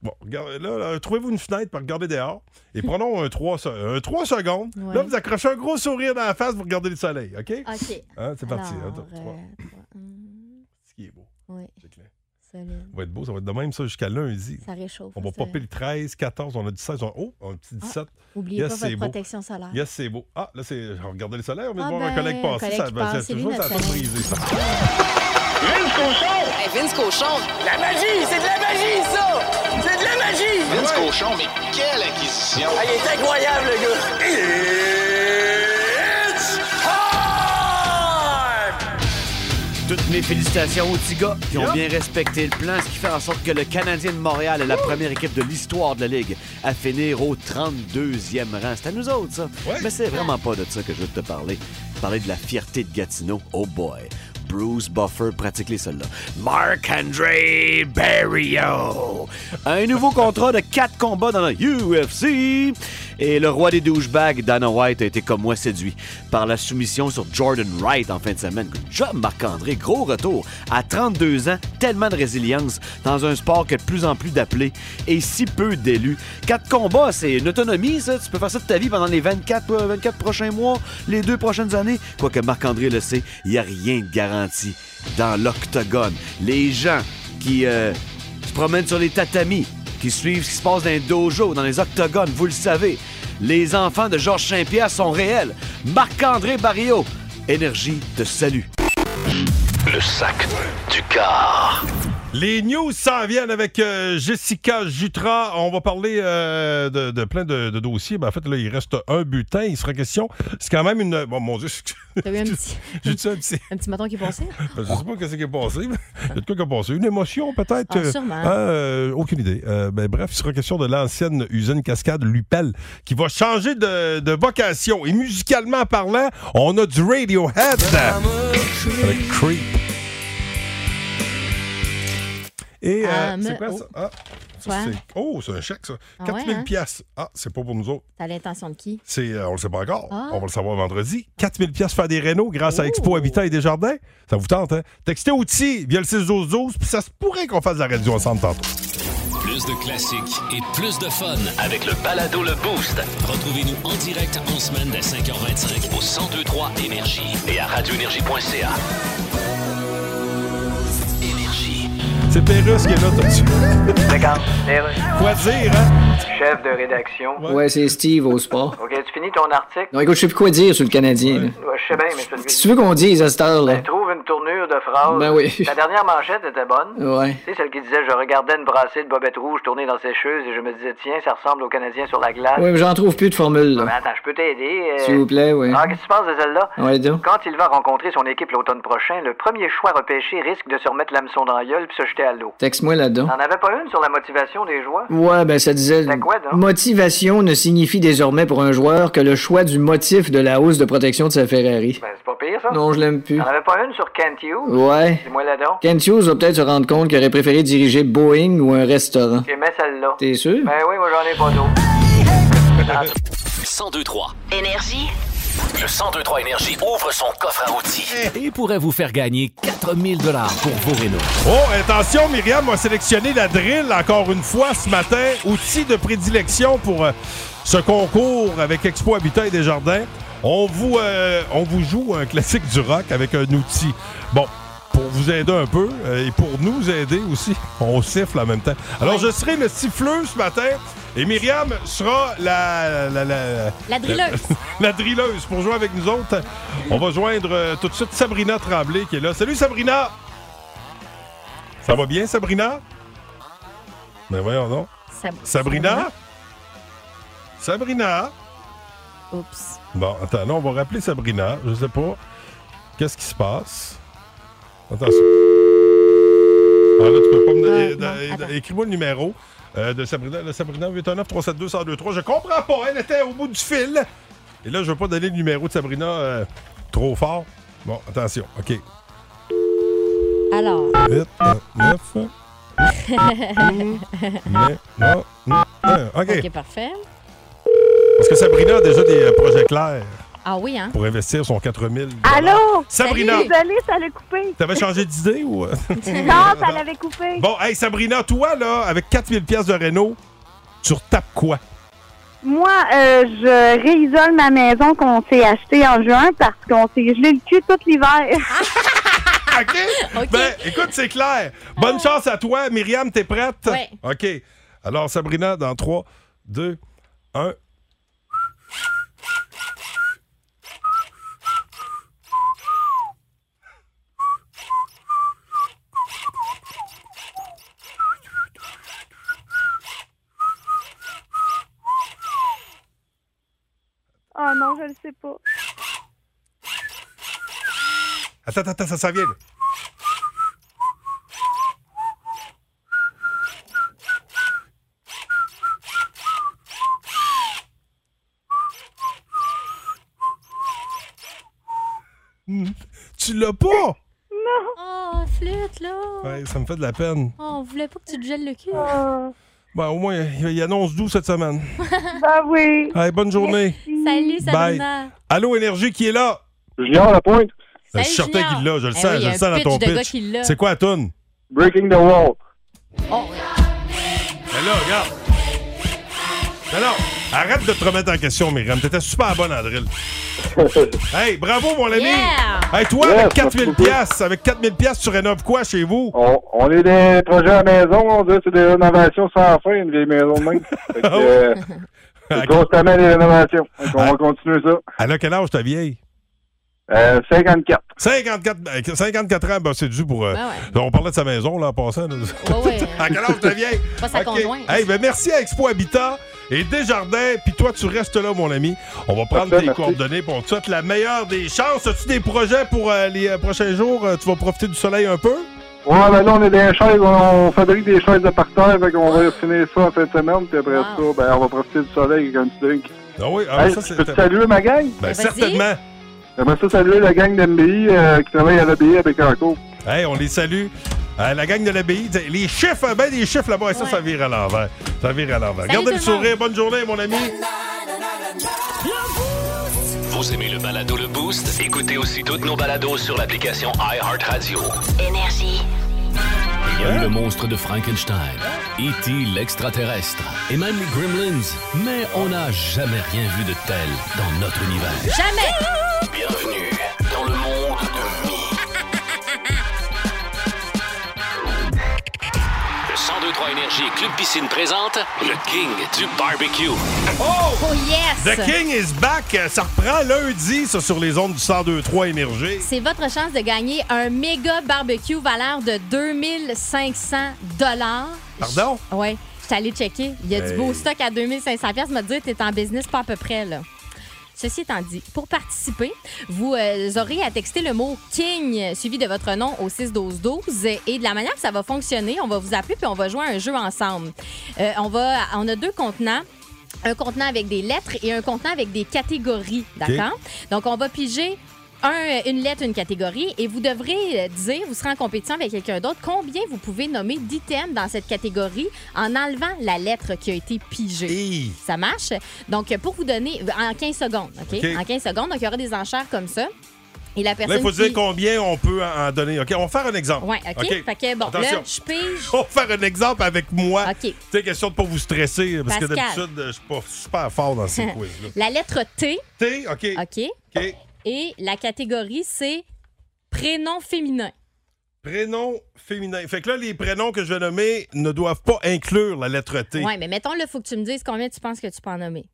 Speaker 3: bon, regarde- là, là, trouvez-vous une fenêtre pour regarder dehors.
Speaker 5: *laughs*
Speaker 3: Et prenons un 3, secondes.
Speaker 5: Ouais.
Speaker 3: Là, vous accrochez un gros sourire dans la face pour regarder le soleil. OK?
Speaker 5: OK.
Speaker 3: Hein, c'est parti.
Speaker 5: Alors,
Speaker 3: Un, deux, trois.
Speaker 5: euh, trois, hum,
Speaker 3: Ce qui est beau.
Speaker 5: oui,
Speaker 3: C'est clair.
Speaker 5: solide.
Speaker 3: Ça va être beau. Ça va être de même, ça, jusqu'à lundi.
Speaker 5: Ça réchauffe.
Speaker 3: On va
Speaker 5: ça. Ah.
Speaker 3: popper le 13, 14, on a du 16. on- Oh, un petit 17.
Speaker 5: Oubliez
Speaker 3: Yes,
Speaker 5: pas
Speaker 3: c'est
Speaker 5: votre
Speaker 3: beau.
Speaker 5: protection solaire.
Speaker 3: Yes, c'est beau. Ah, là, c'est. Regardez le soleil, on vient
Speaker 5: Hein? Ah
Speaker 3: de voir un
Speaker 5: ben,
Speaker 3: collègue
Speaker 5: un
Speaker 3: passer.
Speaker 5: collègue
Speaker 3: ça,
Speaker 5: qui passe,
Speaker 3: c'est
Speaker 5: c'est lui
Speaker 3: toujours ça a
Speaker 5: notre
Speaker 3: tout
Speaker 5: soleil.
Speaker 3: brisé, ça.
Speaker 9: Hey, Vince Cochon.
Speaker 11: La magie, c'est de la magie, ça! C'est de la magie!
Speaker 2: Vince Cochon, mais quelle acquisition!
Speaker 11: Ah, il est incroyable, le gars! It's time! Toutes mes félicitations aux petits gars qui ont
Speaker 3: Yep.
Speaker 11: bien respecté le plan, ce qui fait en sorte que le Canadien de Montréal est la première équipe de l'histoire de la Ligue à finir au 32e rang. C'est à nous autres, ça.
Speaker 3: Ouais.
Speaker 11: Mais c'est vraiment pas de ça que je veux te parler. Parler de la fierté de Gatineau. Oh boy. Bruce Buffer, pratiquez celle-là. Marc-André Berrio. Un nouveau contrat de quatre combats dans la UFC. Et le roi des douchebags, Dana White, a été comme moi séduit par la soumission sur Jordan Wright en fin de semaine. Good job, Marc-André. Gros retour. À 32 ans, tellement de résilience dans un sport que de plus en plus d'appelés et si peu d'élus. Quatre combats, c'est une autonomie, ça. Tu peux faire ça de ta vie pendant les 24, euh, 24 prochains mois, les deux prochaines années. Quoique Marc-André le sait, il n'y a rien de garanti dans l'octogone. Les gens qui euh, se promènent sur les tatamis, qui suivent ce qui se passe dans les dojos, dans les octogones, vous le savez. Les enfants de Georges Saint-Pierre sont réels. Marc-André Barrio, énergie de salut.
Speaker 2: Le sac du car.
Speaker 3: Les news s'en viennent avec euh, Jessica Jutra. On va parler euh, de, de plein de, de dossiers. Ben, en fait, là, il reste un butin. Il sera question. C'est quand même une. Bon, mon Dieu, *laughs*
Speaker 5: T'as eu un petit,
Speaker 3: j'ai dit ça un petit.
Speaker 5: un petit maton qui est passé?
Speaker 3: Je sais pas qu'est-ce qui est passé. mais Il y a de quoi qui est passé. Une émotion, peut-être.
Speaker 5: Ah,
Speaker 3: euh,
Speaker 5: sûrement.
Speaker 3: hein, euh, aucune idée. Euh, ben, bref, il sera question de l'ancienne usine cascade Lupel qui va changer de, de vocation. Et musicalement parlant, on a du Radiohead. Avec Creep. Et euh,
Speaker 5: Ah, mais-
Speaker 3: c'est quoi ça?
Speaker 5: oh.
Speaker 3: Ah, ça,
Speaker 5: Quoi?
Speaker 3: c'est- oh, c'est un chèque, ça.
Speaker 5: Ah ouais,
Speaker 3: 4000
Speaker 5: hein?
Speaker 3: piastres. Ah, c'est pas pour nous autres.
Speaker 5: T'as l'intention de qui?
Speaker 3: C'est, euh, on le sait pas encore.
Speaker 5: Ah.
Speaker 3: On va le savoir vendredi. 4000 pièces faire des rénaux grâce à Expo Habitat et Desjardins. Ça vous tente, hein? Textez outils via le 612 puis ça se pourrait qu'on fasse la radio ensemble tantôt.
Speaker 1: Plus de classiques et plus de fun avec le balado Le Boost. Retrouvez-nous en direct en semaine dès 5h25 au 1023 Énergie et à radioénergie.ca.
Speaker 3: C'est Pérus qui est là tout de suite.
Speaker 12: Regarde,
Speaker 3: Quoi dire, hein?
Speaker 12: Chef de rédaction.
Speaker 7: Ouais, c'est Steve au sport.
Speaker 12: Ok, tu finis ton article?
Speaker 7: Non, écoute, je sais plus quoi dire sur le Canadien. là.
Speaker 12: Ouais, je sais bien, mais c'est
Speaker 7: Qu'est-ce que tu veux qu'on dise à cette heure-là?
Speaker 12: Ben, trouve une tournure de phrase.
Speaker 7: Ben oui.
Speaker 12: Ta dernière manchette était bonne.
Speaker 7: Ouais.
Speaker 12: Tu sais, celle qui disait Je regardais une brassée de bobettes rouges tourner dans ses cheveux et je me disais Tiens, ça ressemble aux Canadiens sur la glace.
Speaker 7: Ouais, mais j'en trouve plus de formule,
Speaker 12: Ben,
Speaker 7: là.
Speaker 12: attends, je peux t'aider. euh.
Speaker 7: S'il vous plaît, ouais.
Speaker 12: Ah, qu'est-ce que tu penses de celle-là?
Speaker 7: Ouais, donc.
Speaker 12: Quand il va rencontrer son équipe l'automne prochain, le premier choix repêché risque de se remettre l'hameçon dans la gueule puis se jeter à l'eau.
Speaker 7: Texte-moi là-dedans.
Speaker 12: T'en avais pas une sur la motivation des joueurs?
Speaker 7: Ouais, ben ça disait.
Speaker 12: C'était quoi, donc?
Speaker 7: Motivation ne signifie désormais pour un joueur que le choix du motif de la hausse de protection de sa Ferrari.
Speaker 12: Ben, c'est pas pire, ça?
Speaker 7: Non, je l'aime plus.
Speaker 12: T'en avais pas une sur Kent Hughes?
Speaker 7: Ouais.
Speaker 12: Dis-moi là donc.
Speaker 7: Kent Hughes va peut-être se rendre compte qu'il aurait préféré diriger Boeing ou un restaurant.
Speaker 12: J'ai mis celle-là.
Speaker 7: T'es sûr?
Speaker 12: Ben oui, moi j'en ai pas d'autres.
Speaker 2: 1023 Énergie. Le 1023 Énergie ouvre son coffre à outils et pourrait vous faire gagner 4000 dollars pour vos rénaux.
Speaker 3: Oh, attention, Myriam a sélectionné la drill encore une fois ce matin. Outil de prédilection pour euh, ce concours avec Expo Habitat et Desjardins. On vous, euh, on vous joue un classique du rock avec un outil. Bon, pour vous aider un peu euh, et pour nous aider aussi, *laughs* on siffle en même temps. Alors, je serai le siffleux ce matin et Myriam sera la... La, la,
Speaker 5: La drilleuse.
Speaker 3: *laughs* la drilleuse pour jouer avec nous autres. On va joindre euh, tout de suite Sabrina Tremblay qui est là. Salut Sabrina! Ça va bien, Sabrina? Mais voyons donc.
Speaker 5: Sab-
Speaker 3: ben, Sabrina? Sabrina?
Speaker 5: Oups.
Speaker 3: Bon, attends, là, on va rappeler Sabrina. Je sais pas. Qu'est-ce qui se passe? Attention. Ah, là, tu peux pas me.
Speaker 13: Ouais,
Speaker 3: eh,
Speaker 13: non,
Speaker 3: eh,
Speaker 13: attends.
Speaker 3: Écris-moi le numéro euh, de Sabrina. Le Sabrina 819 372 1023 Je comprends pas. Elle était au bout du fil. Et là, je veux pas donner le numéro de Sabrina euh, trop fort. Bon, attention. OK.
Speaker 5: Alors.
Speaker 3: 8, 9. Mais, non, non, non. OK.
Speaker 5: OK, parfait.
Speaker 3: Parce que Sabrina a déjà des euh, projets clairs
Speaker 5: Ah oui, hein?
Speaker 3: pour investir son 4000.
Speaker 10: Allô?
Speaker 3: Sabrina!
Speaker 10: Désolée, ça l'a coupé.
Speaker 3: T'avais changé d'idée ou. euh?
Speaker 10: Non, ça l'avait coupé.
Speaker 3: Bon, hey Sabrina, toi là, avec 4000 pièces de Renault, tu retapes quoi?
Speaker 10: Moi, euh, je réisole ma maison qu'on s'est achetée en juin parce qu'on s'est gelé le cul tout l'hiver. *laughs*
Speaker 3: OK? Ben, écoute, c'est clair. Bonne chance à toi. Myriam, t'es prête?
Speaker 10: Ouais.
Speaker 3: OK. Alors, Sabrina, dans 3, 2, 1.
Speaker 10: oh non, je le sais pas.
Speaker 3: Attends, attends, attends, ça, ça vient. là. Hmm. Tu l'as pas!
Speaker 5: Non. Oh, flûte, là.
Speaker 3: Ouais, ça me fait de la peine.
Speaker 5: Oh, on voulait pas que tu te gèles le cul.
Speaker 10: Oh,
Speaker 3: Ben, au moins, il il annonce doux
Speaker 5: *laughs*
Speaker 3: cette semaine.
Speaker 10: Ben oui.
Speaker 3: Allez, bonne journée.
Speaker 5: Salut,
Speaker 3: Bye.
Speaker 5: Sabrina.
Speaker 3: Allô, Énergie, qui est là?
Speaker 14: Junior Lapointe.
Speaker 3: Je suis certain
Speaker 5: Junior.
Speaker 3: qu'il l'a, je le
Speaker 5: Eh
Speaker 3: sens,
Speaker 5: oui,
Speaker 3: je
Speaker 5: un
Speaker 3: le sens
Speaker 5: pitch
Speaker 3: dans ton
Speaker 5: de gars
Speaker 3: pitch.
Speaker 5: qui l'a.
Speaker 3: C'est quoi la toune?
Speaker 14: Breaking the wall.
Speaker 5: Oh,
Speaker 3: Mais
Speaker 14: Ben
Speaker 3: là, regarde. Mais non, arrête de te remettre en question, Myriam. T'étais super bonne
Speaker 14: *laughs*
Speaker 3: en drill. hey, bravo, mon ami.
Speaker 13: Yeah!
Speaker 3: Hey, toi,
Speaker 14: Yes,
Speaker 3: avec
Speaker 14: merci
Speaker 3: 4000
Speaker 14: beaucoup.
Speaker 3: pièces, avec 4000 pièces, tu rénoves quoi chez vous?
Speaker 14: On, on est des projets à maison, on dirait que c'est des rénovations sans fin, une vieille maison de
Speaker 13: *laughs*
Speaker 14: même. Fait que, euh,
Speaker 13: Ah
Speaker 14: c'est constamment des rénovations. Fait qu'on va continuer ça.
Speaker 3: Elle a quel âge, ta vieille?
Speaker 14: Euh, 54.
Speaker 3: 54, ben, 54 ans, ben, c'est dû pour. euh,
Speaker 14: Ben
Speaker 3: On parlait de sa maison, là, en passant. là. *laughs* à quel âge t'es vieille?
Speaker 5: hein. Pas sa
Speaker 3: Ok.
Speaker 5: conjointe.
Speaker 3: Hey, ben, merci à Expo Habitat et Desjardins. Puis toi, tu restes là, mon ami. On va prendre tes coordonnées pour te souhaite la meilleure des chances. As-tu des projets pour euh, les euh, prochains jours? Euh, tu vas profiter du soleil un peu?
Speaker 14: Ouais, ben là, on est dans les chaises, on, on fabrique des chaises de parterre, fait qu'on va finir ça en fin de semaine, puis après ça, ben, on va profiter du soleil avec un petit drink.
Speaker 3: Ah oui, ah,
Speaker 14: Hey,
Speaker 3: ça, c'est-
Speaker 14: peux-tu saluer ma gang?
Speaker 3: Ben, certainement.
Speaker 14: J'aimerais ça saluer la gang d'MBI euh, qui travaille à l'ABI avec Anco.
Speaker 3: Hey, on les salue. Euh, la gang de l'abbaye, t'sais, les chiffres, ben des chiffres là-bas, et ça, ça vire à l'envers. Ça vire à l'envers.
Speaker 1: Salut
Speaker 3: Gardez
Speaker 1: tout le
Speaker 3: le
Speaker 1: monde.
Speaker 3: sourire. Bonne journée, mon ami.
Speaker 1: Vous aimez le balado Le Boost? Écoutez aussi toutes nos balados sur l'application iHeartRadio.
Speaker 9: Énergie.
Speaker 1: Il y a eu le monstre de Frankenstein, E.T. l'extraterrestre et même les Gremlins, mais on n'a jamais rien vu de tel dans notre univers.
Speaker 9: Jamais.
Speaker 1: Bienvenue dans le monde de Mi. Le 1023 Énergie et Club Piscine présente le King du barbecue.
Speaker 3: Oh!
Speaker 5: yes!
Speaker 3: The King is back. Euh, Ça reprend lundi, ça, sur les ondes du 102.3 émergé.
Speaker 5: C'est votre chance de gagner un méga barbecue valeur de 2500
Speaker 3: Pardon?
Speaker 5: Oui, je suis allée checker. Il y a du
Speaker 3: Hey.
Speaker 5: beau stock à 2500 Je me dire, t'es en business pas à peu près, là. Ceci étant dit, pour participer, vous euh, aurez à texter le mot King euh, suivi de votre nom au 6-12-12. Et de la manière que ça va fonctionner, on va vous appeler puis on va jouer à un jeu ensemble. Euh, on, va, on a deux contenants. Un contenant avec des lettres et un contenant avec des catégories, d'accord? Hein? Donc, on va piger un- une lettre, une catégorie, et vous devrez euh, dire, vous serez en compétition avec quelqu'un d'autre, combien vous pouvez nommer d'items dans cette catégorie en enlevant la lettre qui a été pigée. Ça marche? Donc, pour vous donner, en 15 secondes, OK?
Speaker 3: OK.
Speaker 5: En 15 secondes, donc il y aura des enchères comme ça. Et la
Speaker 3: Là,
Speaker 5: personne
Speaker 3: il faut
Speaker 5: qui-
Speaker 3: dire combien on peut en en donner. OK, on va faire un exemple.
Speaker 5: Ouais, OK? Fait que, bon,
Speaker 3: Attention.
Speaker 5: là, je pige.
Speaker 3: *laughs* On va faire un exemple avec moi.
Speaker 5: OK.
Speaker 3: Tu sais, question de pas vous stresser, parce que
Speaker 5: Pascal.
Speaker 3: d'habitude, euh, je suis pas super fort dans ces quiz-là.
Speaker 5: la lettre T.
Speaker 3: T, OK.
Speaker 5: OK?
Speaker 3: OK.
Speaker 5: Et la catégorie, c'est prénom féminin.
Speaker 3: Prénom féminin. Fait que là, les prénoms que je vais nommer ne doivent pas inclure la lettre T.
Speaker 5: Ouais, mais mettons, là, faut que tu me dises combien tu penses que tu peux en nommer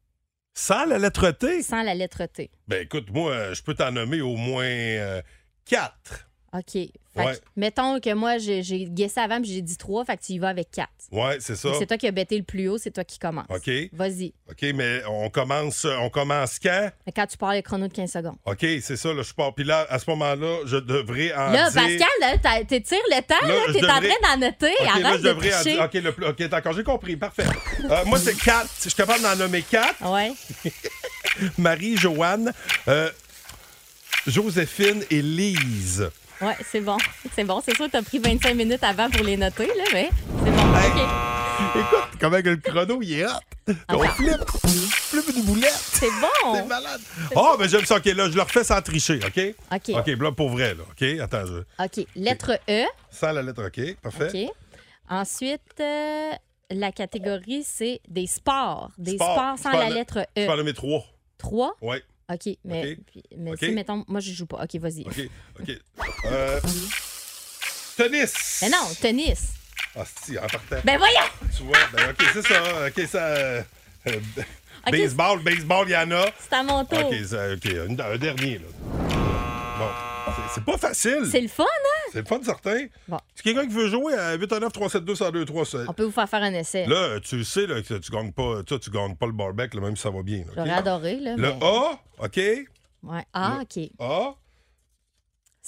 Speaker 3: Sans la lettre T?
Speaker 5: sans la lettre T.
Speaker 3: Ben écoute, moi, euh, je peux t'en nommer au moins euh, quatre.
Speaker 5: OK. Fait que,
Speaker 3: Ouais.
Speaker 5: mettons que moi, j'ai j'ai guessé avant puis j'ai dit 3, fait que tu y vas avec 4.
Speaker 3: Ouais, c'est ça.
Speaker 5: C'est toi qui as bêté le plus haut, c'est toi qui commence.
Speaker 3: OK.
Speaker 5: Vas-y.
Speaker 3: OK, mais on commence, on commence quand?
Speaker 5: Mais Quand tu pars le chrono de 15 secondes.
Speaker 3: OK, c'est ça, là, je pars. Puis là, à ce moment-là, je devrais en
Speaker 5: Là,
Speaker 3: dire...
Speaker 5: Pascal, là, t'as- t'étires le temps,
Speaker 3: Ah, Là,
Speaker 5: là,
Speaker 3: je
Speaker 5: t'es en
Speaker 3: devrais-
Speaker 5: train d'en noter.
Speaker 3: OK, là,
Speaker 5: Arrête
Speaker 3: je
Speaker 5: de
Speaker 3: devrais en
Speaker 5: tricher.
Speaker 3: dire- OK, le plus- OK, d'accord, j'ai compris. Parfait. Euh, moi, c'est quatre. Je suis capable d'en nommer quatre.
Speaker 5: Ouais.
Speaker 3: Marie, Joanne, euh, Joséphine et Lise.
Speaker 5: Ouais, c'est bon. C'est bon. C'est sûr que t'as pris 25 minutes avant pour les noter, là, mais c'est bon. OK.
Speaker 3: Écoute, comment que le chrono, il est hot. On flippe. Flippe une boulette.
Speaker 5: C'est bon.
Speaker 3: C'est malade. Ah, ben j'aime ça. OK, là, je le refais sans tricher, OK?
Speaker 5: OK.
Speaker 3: OK, là, pour vrai, là. OK, attends, je...
Speaker 5: OK. Lettre E.
Speaker 3: Sans la lettre OK, parfait.
Speaker 5: OK. Ensuite, euh, la catégorie, c'est des sports. Des
Speaker 3: Sport.
Speaker 5: sports sans
Speaker 3: Tu peux
Speaker 5: la
Speaker 3: en-
Speaker 5: lettre
Speaker 3: Tu peux en
Speaker 5: E.
Speaker 3: nommer trois.
Speaker 5: 3.
Speaker 3: Oui.
Speaker 5: OK. Mais,
Speaker 3: OK.
Speaker 5: puis- mais
Speaker 3: OK.
Speaker 5: si, mettons, moi, je joue pas. OK, vas-y.
Speaker 3: OK, OK. Euh... Tennis!
Speaker 5: Mais non, tennis.
Speaker 3: Ah, si, en partant.
Speaker 5: Ben voyons!
Speaker 3: Tu vois, ben OK, c'est ça. OK, ça... euh, euh, Baseball, baseball, il y en a.
Speaker 5: C'est à mon tour.
Speaker 3: OK, ça- OK, un, un dernier, là. Bon, c'est- c'est pas facile.
Speaker 5: C'est le fun, hein?
Speaker 3: C'est le fun, certain. C'est quelqu'un qui veut jouer à 819 372 1023 ça-
Speaker 5: On peut vous faire faire un essai.
Speaker 3: Là, tu le sais là, que tu gagnes pas, toi, tu gagnes pas le barbec, là, même si ça va bien. là, OK?
Speaker 5: J'aurais adoré, là.
Speaker 3: Le
Speaker 5: mais-
Speaker 3: A, OK?
Speaker 5: Ouais. Ah, OK.
Speaker 3: A.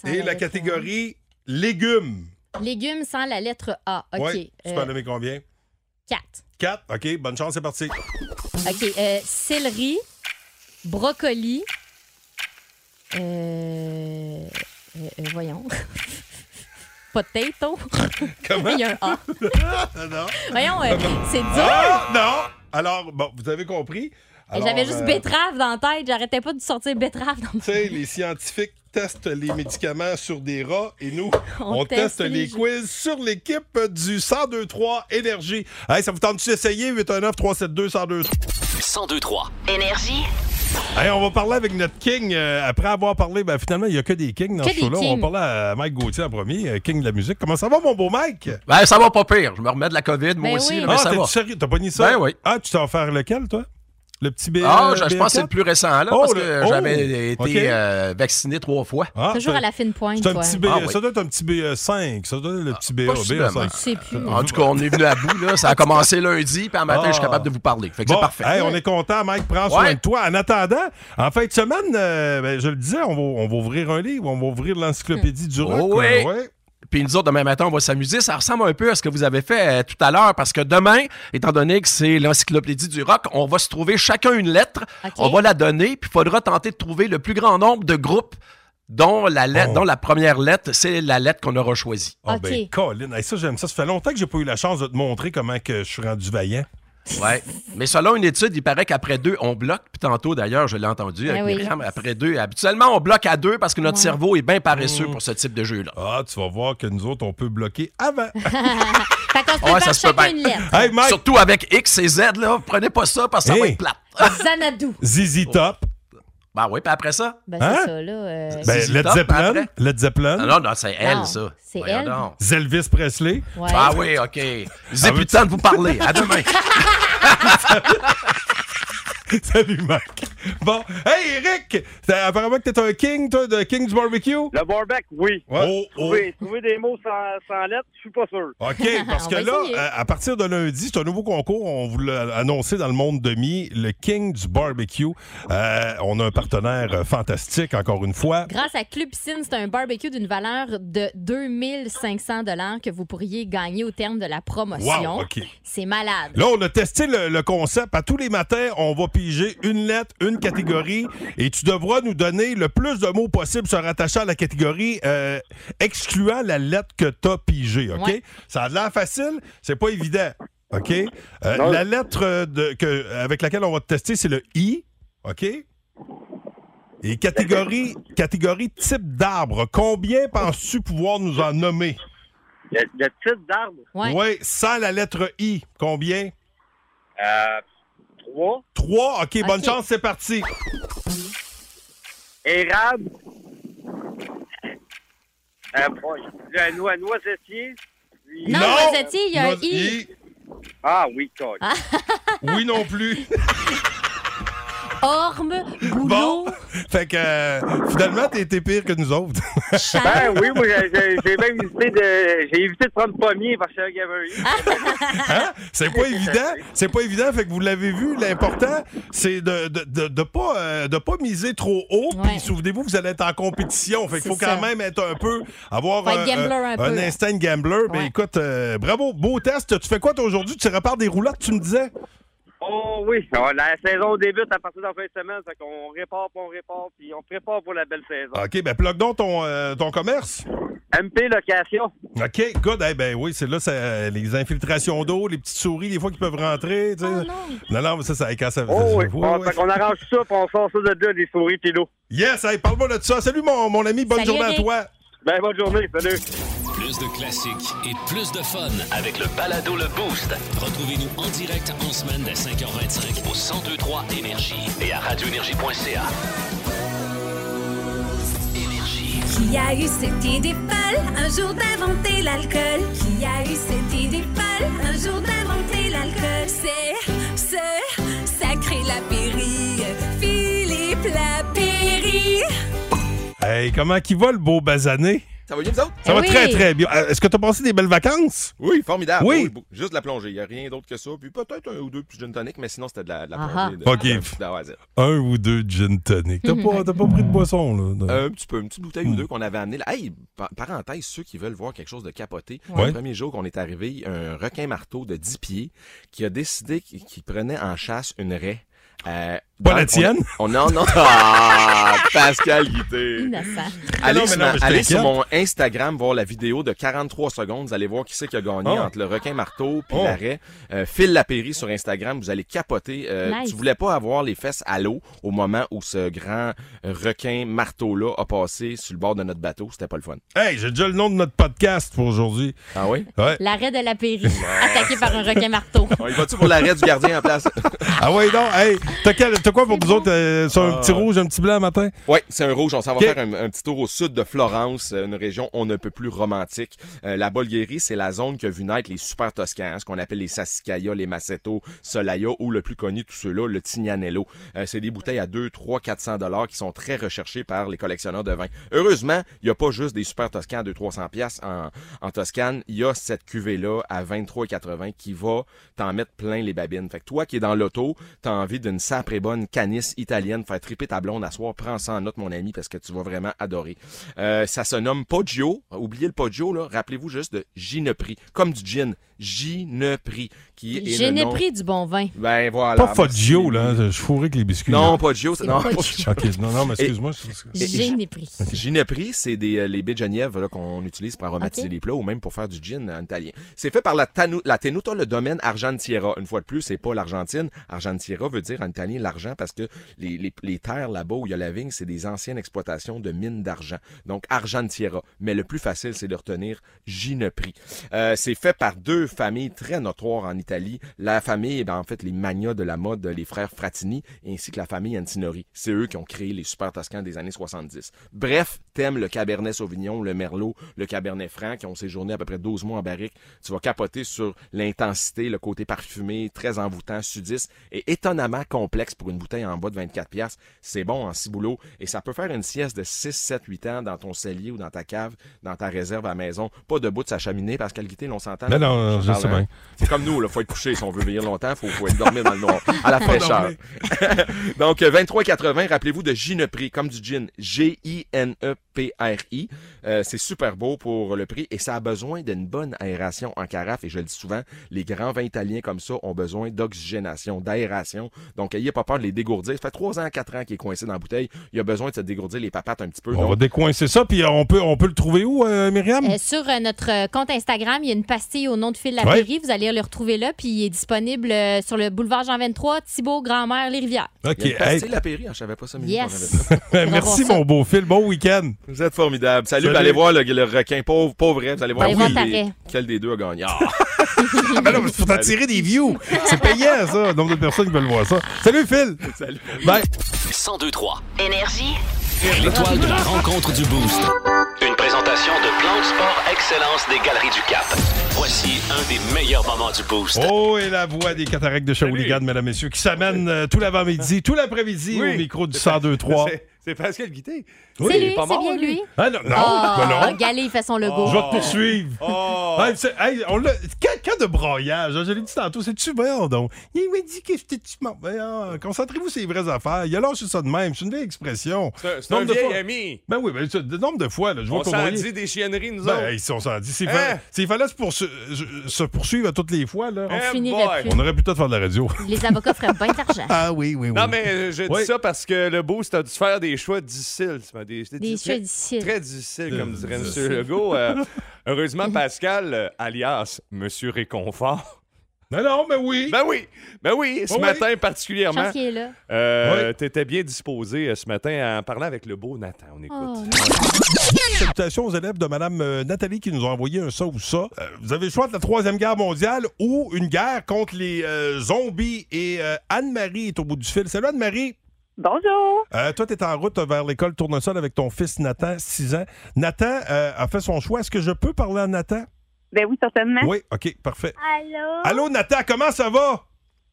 Speaker 5: Sans la
Speaker 3: et la
Speaker 5: lettre
Speaker 3: catégorie légumes.
Speaker 5: Légumes sans la lettre A. OK. euh,
Speaker 3: Ouais, tu peux en nommer combien?
Speaker 5: 4.
Speaker 3: 4. OK, bonne chance,
Speaker 5: *laughs*
Speaker 3: c'est parti.
Speaker 5: OK. euh, céleri, brocoli. Euh, euh, euh, voyons. *laughs* Potato.
Speaker 3: Comment? Ah,
Speaker 5: Il y a un A.
Speaker 3: non.
Speaker 5: Voyons, euh, c'est dur.
Speaker 3: Ah, non! Alors, bon, vous avez compris.
Speaker 5: Et
Speaker 3: Alors,
Speaker 5: J'avais juste
Speaker 3: euh,
Speaker 5: betterave dans la tête. J'arrêtais pas de sortir betterave dans ma
Speaker 3: Tu sais, les scientifiques testent les médicaments sur des rats et nous, on,
Speaker 5: On
Speaker 3: teste,
Speaker 5: teste les
Speaker 3: les
Speaker 5: jeux.
Speaker 3: quiz sur l'équipe du 1023 Énergie. Hey, ça vous tente-tu d'essayer? 819-372-1023.
Speaker 1: 1023
Speaker 9: Énergie.
Speaker 3: Hey, on va parler avec notre King. euh, après avoir parlé, ben, finalement, il n'y a que des Kings dans
Speaker 9: Que
Speaker 3: ce
Speaker 9: des
Speaker 3: show-là. On
Speaker 9: kings.
Speaker 3: parlait à Mike Gauthier en premier, euh, King de la musique. Comment ça va, mon beau Mike?
Speaker 13: Ben, ça va pas pire. Je me remets de la COVID, moi aussi, là, mais
Speaker 3: ah,
Speaker 13: ça
Speaker 3: t'es
Speaker 13: va.
Speaker 3: sérieux? T'as pas ni ça?
Speaker 13: Ben oui.
Speaker 3: Ah, tu t'es offert lequel, toi? Le petit B.
Speaker 13: Ah,
Speaker 3: euh,
Speaker 13: je, je pense que c'est le
Speaker 3: BL4?
Speaker 13: plus récent, là,
Speaker 3: Oh,
Speaker 13: parce que
Speaker 3: le- oh,
Speaker 13: j'avais été
Speaker 3: ok.
Speaker 13: euh, vacciné trois fois.
Speaker 5: Toujours à la fine pointe.
Speaker 3: Ah, C'est un
Speaker 5: toi.
Speaker 3: petit B, Ça doit être un petit B5. Ça doit être le petit B.
Speaker 13: Ah possiblement.
Speaker 5: Je sais plus.
Speaker 13: En tout cas, on est venu à bout, là. Ça a commencé lundi, puis un matin,
Speaker 3: Ah.
Speaker 13: je suis capable de vous parler. Fait que
Speaker 3: Bon,
Speaker 13: c'est parfait.
Speaker 3: hey, on est content, Mike, prends soin
Speaker 13: Ouais.
Speaker 3: de toi. En attendant, en fin de semaine, euh, ben, je le disais, on va, on va ouvrir un livre, on va ouvrir l'encyclopédie du rock.
Speaker 13: Oh,
Speaker 3: ouais.
Speaker 13: ouais. Puis nous autres, demain matin, on va s'amuser. Ça ressemble un peu à ce que vous avez fait euh, tout à l'heure, parce que demain, étant donné que c'est l'encyclopédie du rock, on va se trouver chacun une lettre. On va la donner, puis il faudra tenter de trouver le plus grand nombre de groupes dont la, lettre, dont la première lettre, c'est la lettre qu'on aura choisie.
Speaker 3: Ah, Oh, ben, Colin, hey, ça, j'aime ça. Ça fait longtemps que j'ai pas eu la chance de te montrer comment que je suis rendu vaillant.
Speaker 13: Ouais. Mais selon une étude, il paraît qu'après deux, on bloque. Puis tantôt, d'ailleurs, je l'ai entendu
Speaker 5: Ben
Speaker 13: avec
Speaker 3: Ah oui.
Speaker 13: Myriam, après deux. Habituellement, on bloque à deux parce que notre
Speaker 3: Ouais.
Speaker 13: cerveau est bien paresseux pour ce type de jeu-là.
Speaker 3: Ah, tu vas voir que nous autres, on peut bloquer
Speaker 13: *laughs*
Speaker 3: avant.
Speaker 5: Fait qu'on se
Speaker 13: Ouais,
Speaker 5: prépare
Speaker 13: ça se peut
Speaker 5: chacun
Speaker 13: bien.
Speaker 5: une
Speaker 3: *laughs*
Speaker 5: lettre.
Speaker 13: Surtout avec X et Z, là, prenez pas ça parce que ça va
Speaker 3: Hey.
Speaker 13: être plate.
Speaker 5: Zanadou.
Speaker 3: Zizi Top.
Speaker 13: Ben oui, puis après ça.
Speaker 5: Ben,
Speaker 3: Hein?
Speaker 5: c'est ça, là. euh,
Speaker 3: Ben, Led Zeppelin. Led Zeppelin.
Speaker 13: Non, non, non, c'est elle,
Speaker 5: Non,
Speaker 13: ça.
Speaker 5: c'est
Speaker 13: Voyons
Speaker 5: elle.
Speaker 13: donc.
Speaker 3: Elvis Presley.
Speaker 5: Ouais.
Speaker 13: Ah oui, OK. J'ai plus le temps de vous parler. À demain.
Speaker 3: *laughs* Salut, Mike. Bon, hey, Eric, t'as- apparemment que t'es un king, toi, de King's Barbecue. Le
Speaker 15: barbecue, oui.
Speaker 3: Oh, oh.
Speaker 15: Trouver, trouver des mots sans, sans lettres, je suis pas sûr.
Speaker 3: *laughs* OK, parce que là, euh, à partir de lundi, c'est un nouveau concours. On vous l'a annoncé dans le monde demi, le King du barbecue. Euh, on a un partenaire euh, fantastique, encore une fois.
Speaker 5: Grâce à Club Piscine, c'est un barbecue d'une valeur de 2500 que vous pourriez gagner au terme de la promotion.
Speaker 3: Wow, OK.
Speaker 5: C'est malade.
Speaker 3: Là, on a testé le, le concept. À tous les matins, on va piger une lettre, une catégorie, et tu devras nous donner le plus de mots possible se rattachant à la catégorie, euh, excluant la lettre que tu as pigée, OK?
Speaker 16: Ouais.
Speaker 3: Ça a l'air facile, c'est pas évident, OK? Euh,
Speaker 16: Non.
Speaker 3: la lettre euh, de- que, avec laquelle on va te tester, c'est le I, OK? Et catégorie, catégorie type d'arbre, combien penses-tu pouvoir nous en nommer?
Speaker 15: Le, le type d'arbre,
Speaker 3: Oui, sans la lettre I, combien?
Speaker 15: euh, trois,
Speaker 3: 3. OK, bonne
Speaker 15: Ok.
Speaker 3: chance, c'est parti.
Speaker 15: érable, euh, bon, le nois, noisetier. puis-
Speaker 5: Non,
Speaker 3: Non!
Speaker 5: noisetier, il y a un
Speaker 15: Nois-
Speaker 5: I.
Speaker 15: Ah oui, cogne.
Speaker 3: Oui
Speaker 5: *laughs*
Speaker 3: non plus.
Speaker 5: Orme,
Speaker 3: *laughs*
Speaker 5: boulot.
Speaker 3: Fait que euh, finalement, t'es t'es pire que nous autres. *laughs*
Speaker 15: Ben oui, moi j'ai- j'ai j'ai même évité de, j'ai évité de prendre pommier parce qu'il y avait un I.
Speaker 3: Hein? C'est pas évident. C'est pas évident. Fait que vous l'avez vu, l'important, c'est de, de, de, de pas, euh, de pas miser trop haut. Puis souvenez-vous, vous allez être en compétition. Fait qu'il faut
Speaker 16: C'est
Speaker 3: quand
Speaker 16: ça.
Speaker 3: même être un peu, avoir
Speaker 16: Faut être
Speaker 3: un,
Speaker 16: gambler un peu.
Speaker 3: instinct gambler. Ben écoute, euh, bravo, beau test. Tu fais quoi toi aujourd'hui? Tu repars des roulottes, tu me disais?
Speaker 15: Oh oui, Ah, la saison débute à partir de la fin de semaine, fait qu'on répare, puis on répare, puis on prépare pour la belle saison.
Speaker 3: OK, ben plug donc ton, euh, ton commerce.
Speaker 17: Ah.
Speaker 15: MP Location.
Speaker 3: OK, good. Eh ben oui, c'est là ça, euh, les infiltrations d'eau, les petites souris, des fois qui peuvent rentrer.
Speaker 15: Ah,
Speaker 3: tu sais. non. non, mais ça, ça, quand ça.
Speaker 15: Oh oui,
Speaker 3: ça-
Speaker 15: on, fait qu'on arrange ça, puis on sort ça de là, des souris, puis l'eau.
Speaker 3: Yes, hey, parle-moi de ça. Salut mon, mon ami, bonne
Speaker 15: Salut,
Speaker 3: journée
Speaker 15: Eric.
Speaker 3: à toi.
Speaker 15: Ben bonne journée, salut.
Speaker 1: Plus de classiques et plus de fun *laughs* avec le balado Le Boost. Retrouvez-nous en direct en semaine dès 5h25 au 1023 Énergie et à radioénergie.ca.
Speaker 18: Qui a eu cette idée folle un jour d'inventer l'alcool? Qui a eu cette idée folle un jour d'inventer l'alcool? C'est ce sacré Lapéry, Philippe Lapéry.
Speaker 3: Hey, comment qu'il va le beau basané?
Speaker 17: Ça va bien, vous autres?
Speaker 3: Ça va très, très bien. Euh, Est-ce que t'as passé des belles vacances?
Speaker 17: Ah, Oui, formidable.
Speaker 3: Oui.
Speaker 17: beau- juste de la plongée. Il n'y a rien d'autre que ça. Puis peut-être un ou deux petits gin tonic, mais sinon, c'était de la, de la
Speaker 3: Ah
Speaker 17: plongée. de-
Speaker 3: ah. OK.
Speaker 17: de- de- de A à Z.
Speaker 3: Un ou deux gin tonic. T'as
Speaker 17: Mhm.
Speaker 3: pas, t'as pas pris de boisson, là?
Speaker 17: Euh, Un petit peu, une petite bouteille
Speaker 3: Mm.
Speaker 17: ou deux qu'on avait amené. là. Hey, pa- parenthèse, ceux qui veulent voir quelque chose de capoté.
Speaker 3: Ouais.
Speaker 17: Le premier jour qu'on est arrivé, un requin marteau de 10 pieds qui a décidé qu- qu'il prenait en chasse une raie. Euh,
Speaker 3: Pas
Speaker 17: dans-
Speaker 3: la
Speaker 17: on-
Speaker 3: tienne?
Speaker 17: On, non, non. Ah, Pascal Guité.
Speaker 5: Innocent.
Speaker 17: Allez,
Speaker 3: *laughs* Non, mais
Speaker 17: sur,
Speaker 3: non, mais je
Speaker 17: allez
Speaker 3: t'inquiète.
Speaker 17: sur Ah, mon Instagram voir la vidéo de 43 secondes. Vous allez voir qui c'est qui a gagné
Speaker 3: Oh.
Speaker 17: entre le requin marteau puis
Speaker 3: Oh.
Speaker 17: l'arrêt. Euh, Phil Lapéry sur Instagram, vous allez capoter. Euh,
Speaker 3: Nice.
Speaker 17: Tu voulais pas avoir les fesses à l'eau au moment où ce grand requin marteau-là a passé sur le bord de notre bateau. C'était pas le fun.
Speaker 3: Hey, j'ai déjà le nom de notre podcast pour aujourd'hui.
Speaker 17: Ah oui?
Speaker 3: Ouais.
Speaker 5: L'arrêt de la Périe,
Speaker 17: *laughs*
Speaker 5: attaqué par un requin marteau.
Speaker 17: On y va-tu pour l'arrêt du gardien en place?
Speaker 3: ah oui, non. Hey, t'as quel, C'était quoi pour vous autres? euh, sur un petit
Speaker 17: Ah.
Speaker 3: rouge, un petit blanc matin?
Speaker 17: Oui, c'est un rouge. On s'en va
Speaker 3: Ok.
Speaker 17: faire un, un petit tour au sud de Florence, euh, une région on ne peut plus romantique. Euh, la Bolghérie, c'est la zone qui a vu naître les super toscans, hein, ce qu'on appelle les Sassicaia, les Massetto, Solaya ou le plus connu, tous ceux-là, le Tignanello. Euh, c'est des bouteilles à 2, 3, 400 dollars qui sont très recherchées par les collectionneurs de vin. Heureusement, il n'y a pas juste des super toscans à 2, 300 pièces en, en Toscane. Il y a cette cuvée-là à 23,80 qui va t'en mettre plein les babines. Fait que toi qui es dans l'auto, t'as envie d'une sacrée bonne canisse italienne, faire triper ta blonde à soir, prends ça en note, mon ami, parce que tu vas vraiment adorer. Euh, ça se nomme Poggio. Oubliez le Poggio, là. Rappelez-vous juste de Ginepri. Comme du gin. Ginepri. Qui est
Speaker 5: J'ai
Speaker 17: le
Speaker 5: né
Speaker 17: nom-
Speaker 5: pris du bon vin.
Speaker 17: Ben voilà.
Speaker 3: Pas Foggio, là. Je fourrais avec les biscuits.
Speaker 17: Non,
Speaker 3: là.
Speaker 17: Poggio, c'est- non, *laughs*
Speaker 5: Poggio.
Speaker 17: Poggio.
Speaker 3: OK, non, non, mais excuse-moi.
Speaker 17: Et- et-
Speaker 5: Ginepri.
Speaker 17: Ginepri, c'est des, euh, les baies de Genièvre là, qu'on utilise pour aromatiser
Speaker 5: Ok.
Speaker 17: les plats ou même pour faire du gin en italien. C'est fait par la, Tanu- la Tenuta, le domaine Argentiera. Une fois de plus, c'est pas l'Argentine. Argentiera veut dire en italien l'argent parce que les, les- les terres là-bas où il y a la vigne, c'est des anciennes exploitations de mines d'argent. Donc Argentiera. Mais le plus facile, c'est de retenir Ginepri. Euh, c'est fait par deux familles très notoires en Italie. La famille, ben, en fait, les manias de la mode, les frères Fratini, ainsi que la famille Antinori. C'est eux qui ont créé les super toscans des années 70. Bref, t'aimes le Cabernet Sauvignon, le Merlot, le Cabernet Franc, qui ont séjourné à peu près 12 mois en barrique. Tu vas capoter sur l'intensité, le côté parfumé, très envoûtant, sudiste et étonnamment complexe pour une bouteille en bas de 24 pièces. C'est bon en ciboulot et ça peut faire une sieste de 6, 7, 8 ans dans ton cellier ou dans ta cave, dans ta réserve à la maison. Pas debout de sa cheminée parce qu'elle guitée, on s'entend.
Speaker 3: Ben non, je
Speaker 17: parle,
Speaker 3: sais
Speaker 17: hein.
Speaker 3: bien.
Speaker 17: C'est comme nous, il faut être couché si on veut vieillir longtemps, il faut, faut être dormir dans le noir, à
Speaker 3: *laughs*
Speaker 17: la
Speaker 3: Faut
Speaker 17: fraîcheur. *laughs*
Speaker 3: dormir.
Speaker 17: Donc, euh, 23,80, rappelez-vous de Ginepri, comme du gin. G-I-N-E-P-R-I. Euh, c'est super beau pour le prix et ça a besoin d'une bonne aération en carafe. Et je le dis souvent, les grands vins italiens comme ça ont besoin d'oxygénation, d'aération. Donc, ayez pas peur de les dégourdir. Ça fait 3 ans, 4 ans qu'il est coincé dans la bouteille. Il a besoin de se dégourdir les papates un petit peu.
Speaker 3: On
Speaker 17: Donc,
Speaker 3: va décoincer ça, puis on peut, on peut le trouver où, euh, Myriam?
Speaker 5: Euh, sur euh, notre euh, compte Instagram, il y a une pastille au nom de Phil Lapéry. Vous allez le retrouver là, puis il est disponible euh, sur le boulevard Jean 23, Thibault, Grand-Mère, Les Rivières.
Speaker 3: OK.
Speaker 17: il y a une pastille
Speaker 3: hey.
Speaker 17: La Pairie, hein, je savais pas ça. mais
Speaker 5: Yes.
Speaker 17: j'en avais
Speaker 5: *laughs*
Speaker 17: pas.
Speaker 3: *laughs* Merci, mon beau Phil. Bon week-end.
Speaker 17: Vous êtes formidable. Salut,
Speaker 3: Salut.
Speaker 17: allez voir le, le requin pauvre, pauvre, vous allez voir
Speaker 5: Allez voir
Speaker 17: qui-
Speaker 5: ta raie.
Speaker 17: quel des deux a gagné. Ah.
Speaker 3: Ben non, mais c'est pour t'attirer des views. C'est payant, ça. Le nombre de personnes qui veulent voir ça. Salut, Phil. Ben,
Speaker 17: Salut.
Speaker 3: Bye.
Speaker 2: 1023.
Speaker 9: Énergie.
Speaker 2: L'étoile de la rencontre du Boost. Une présentation de Plan de Sport Excellence des Galeries du Cap. Voici un des meilleurs moments du Boost.
Speaker 3: Oh, et la voix des cataractes de Shawinigan, mesdames, messieurs, qui s'amène euh, tout l'avant-midi, tout l'après-midi
Speaker 16: Oui.
Speaker 3: au micro du 102-3.
Speaker 16: C'est- C'est Pascal Guité.
Speaker 5: C'est lui, c'est bien lui.
Speaker 3: Ah non, non,
Speaker 5: Ah,
Speaker 3: ben non.
Speaker 5: Galé, il fait son logo.
Speaker 3: Je
Speaker 16: Oh.
Speaker 3: vais te poursuivre. Hey, c'est- hey, on l'a- quand, quand de broyage, hein, je l'ai dit tantôt, c'est-tu vrai, donc? Il m'a dit que c'était tu mens. Ben, ah, Concentrez-vous sur les vraies affaires. Il a lâché ça de même. C'est une vieille expression.
Speaker 16: C'est un- c'est un
Speaker 3: Nombre de
Speaker 16: vieil
Speaker 3: fois-
Speaker 16: ami.
Speaker 3: Ben oui, ben, c'est- le nombre de fois, là, je vois
Speaker 16: On
Speaker 3: qu'on
Speaker 16: s'en
Speaker 3: voyait-
Speaker 16: dit des chienneries, nous
Speaker 3: Ben,
Speaker 16: autres.
Speaker 3: hey, si on s'en dit, s'il
Speaker 16: Hein?
Speaker 3: fallait, s'il fallait se, poursu- je- se poursuivre à toutes les fois, là,
Speaker 16: On Eh finirait boy. plus.
Speaker 3: on aurait plutôt de faire de la radio.
Speaker 5: Les avocats feraient bien d'argent.
Speaker 3: Ah oui, oui, oui.
Speaker 16: Non, mais euh, je dis
Speaker 3: Oui.
Speaker 16: ça parce que le boost a dû faire des choix difficiles. tu vois, Des,
Speaker 5: Des choix
Speaker 16: très-
Speaker 5: difficiles.
Speaker 16: Très difficiles, comme dirait M.
Speaker 5: difficiles.
Speaker 16: Legault.
Speaker 3: *laughs*
Speaker 16: Euh,
Speaker 5: *laughs*
Speaker 16: heureusement, Pascal, euh, alias Monsieur Réconfort.
Speaker 3: Non, non, mais oui.
Speaker 16: Ben oui, ben oui, ce
Speaker 5: Oh oui.
Speaker 16: matin
Speaker 5: Chance
Speaker 16: particulièrement.
Speaker 5: qu'il est là.
Speaker 16: Euh, T'étais bien disposé euh, ce matin en parlant avec le beau Nathan. On écoute.
Speaker 5: Oh,
Speaker 3: Salutations aux élèves de Mme Nathalie qui nous ont envoyé un ça ou ça. Euh, vous avez le choix entre la Troisième Guerre mondiale ou une guerre contre les euh, zombies. Et euh, Anne-Marie est au bout du fil. Salut Anne-Marie.
Speaker 19: Bonjour.
Speaker 3: Euh, toi, tu es en route vers l'école Tournesol avec ton fils Nathan, 6 ans. Nathan euh, a fait son choix. Est-ce que je peux parler à Nathan?
Speaker 19: Ben oui, certainement.
Speaker 3: Oui, OK, parfait.
Speaker 10: Allô?
Speaker 3: Allô, Nathan, comment ça va?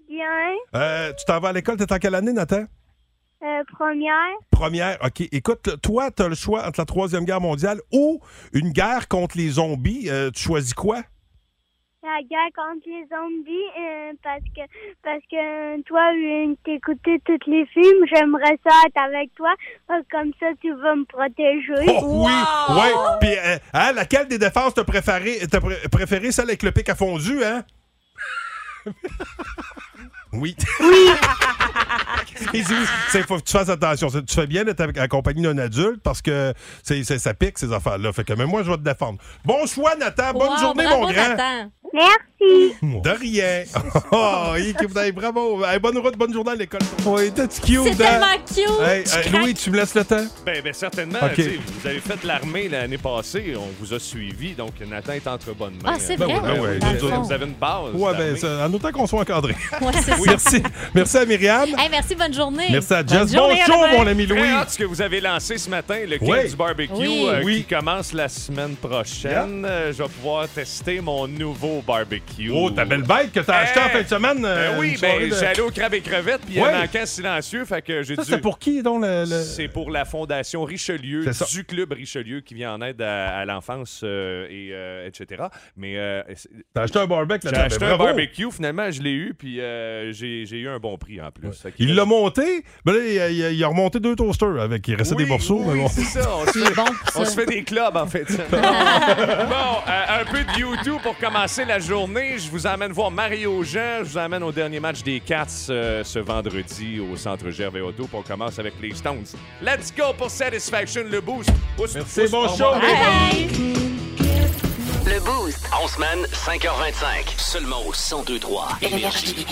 Speaker 10: Bien. hein,
Speaker 3: Euh, tu t'en vas à l'école, t'es en quelle année, Nathan?
Speaker 10: Euh, première.
Speaker 3: Première, OK. Écoute, toi, tu as le choix entre la Troisième Guerre mondiale ou une guerre contre les zombies. Euh, tu choisis quoi?
Speaker 10: La guerre contre les zombies, euh, parce que parce que toi, euh, t'écoutais tous les films, j'aimerais ça être avec toi, euh, comme ça tu vas me protéger.
Speaker 3: Oh, oui, oui. Puis, euh, hein, laquelle des défenses t'as préféré, t'as pré- préféré celle avec le pic à fondu, hein? *laughs* oui. *laughs* Oui. Il faut que tu fasses attention. C'est- Tu fais bien d'être avec- accompagné d'un adulte parce que c'est, c'est- ça pique, ces affaires-là. Fait que même moi, je vais te défendre. Bon choix, Nathan. Bonne
Speaker 10: Wow,
Speaker 3: journée,
Speaker 10: bravo,
Speaker 3: mon grand.
Speaker 10: Nathan. Merci. merci.
Speaker 3: De *laughs* rien. Oh, il est cute. Hey, bravo. Hey, bonne route, bonne journée à l'école. Oui, t'es cute.
Speaker 5: C'est
Speaker 3: hein?
Speaker 5: tellement cute.
Speaker 3: Hey,
Speaker 5: Tu
Speaker 3: hey,
Speaker 5: craques.
Speaker 3: Louis, tu me laisses le temps?
Speaker 16: Ben, ben certainement.
Speaker 3: Ok.
Speaker 16: tu sais, Vous avez fait l'armée l'année passée. On vous a suivi. Donc, Nathan est entre bonnes mains.
Speaker 5: Ah, c'est
Speaker 16: Ben
Speaker 5: vrai?
Speaker 16: oui, ben oui,
Speaker 3: Dans
Speaker 16: je
Speaker 3: le
Speaker 16: veux dire,
Speaker 3: fond.
Speaker 16: vous avez une base.
Speaker 3: Ouais, ben,
Speaker 16: d'armée.
Speaker 3: ça- en autant qu'on soit encadré.
Speaker 5: Ouais, c'est ça.
Speaker 3: Merci. Merci à Myriam.
Speaker 5: Hey, merci, bonne journée.
Speaker 3: Merci à Jess. Bon show, mon ami Louis.
Speaker 16: Très hâte ce que vous avez lancé ce matin, le King
Speaker 3: Oui.
Speaker 16: du barbecue,
Speaker 5: Oui.
Speaker 16: Ah, euh,
Speaker 3: Oui.
Speaker 16: qui commence la semaine prochaine. Euh, je vais pouvoir tester mon nouveau barbecue.
Speaker 3: Oh, ta belle bête que t'as achetée en fin de semaine.
Speaker 16: Ben
Speaker 3: euh,
Speaker 16: oui,
Speaker 3: une soirée
Speaker 16: ben,
Speaker 3: de-
Speaker 16: j'allais au crabe et crevettes, puis il y
Speaker 3: Ouais.
Speaker 16: a un encan silencieux, fait que j'ai
Speaker 3: Ça,
Speaker 16: dû...
Speaker 3: c'est pour qui, donc, le. le-
Speaker 16: C'est pour la Fondation Richelieu,
Speaker 3: C'est ça.
Speaker 16: du Club Richelieu, qui vient en aide à, à l'enfance, euh, et, euh, etc. Mais euh, c'est-
Speaker 3: T'as acheté un barbecue
Speaker 16: j'ai
Speaker 3: là-dedans.
Speaker 16: acheté
Speaker 3: Ben,
Speaker 16: un
Speaker 3: bravo.
Speaker 16: barbecue, finalement, je l'ai eu, puis euh, j'ai j'ai eu un bon prix en plus. Fait qu'il
Speaker 3: Hein? Il l'a monté. Ben là, il a, il a- il a remonté deux toasters avec. Il restait des morceaux, mais bon.
Speaker 16: C'est ça, on se fait, on se fait des clubs en fait. bon, euh, un peu de YouTube pour commencer la journée. Je vous emmène voir Mario Jean. Je vous emmène au dernier match des Cats euh, ce vendredi au Centre Gervais Auto. Puis on commence avec les Stones. Let's go pour Satisfaction, le boost. Merci,
Speaker 3: bon show.
Speaker 2: Le Boost. En semaine, 5h25. Seulement au 102.3 Énergie.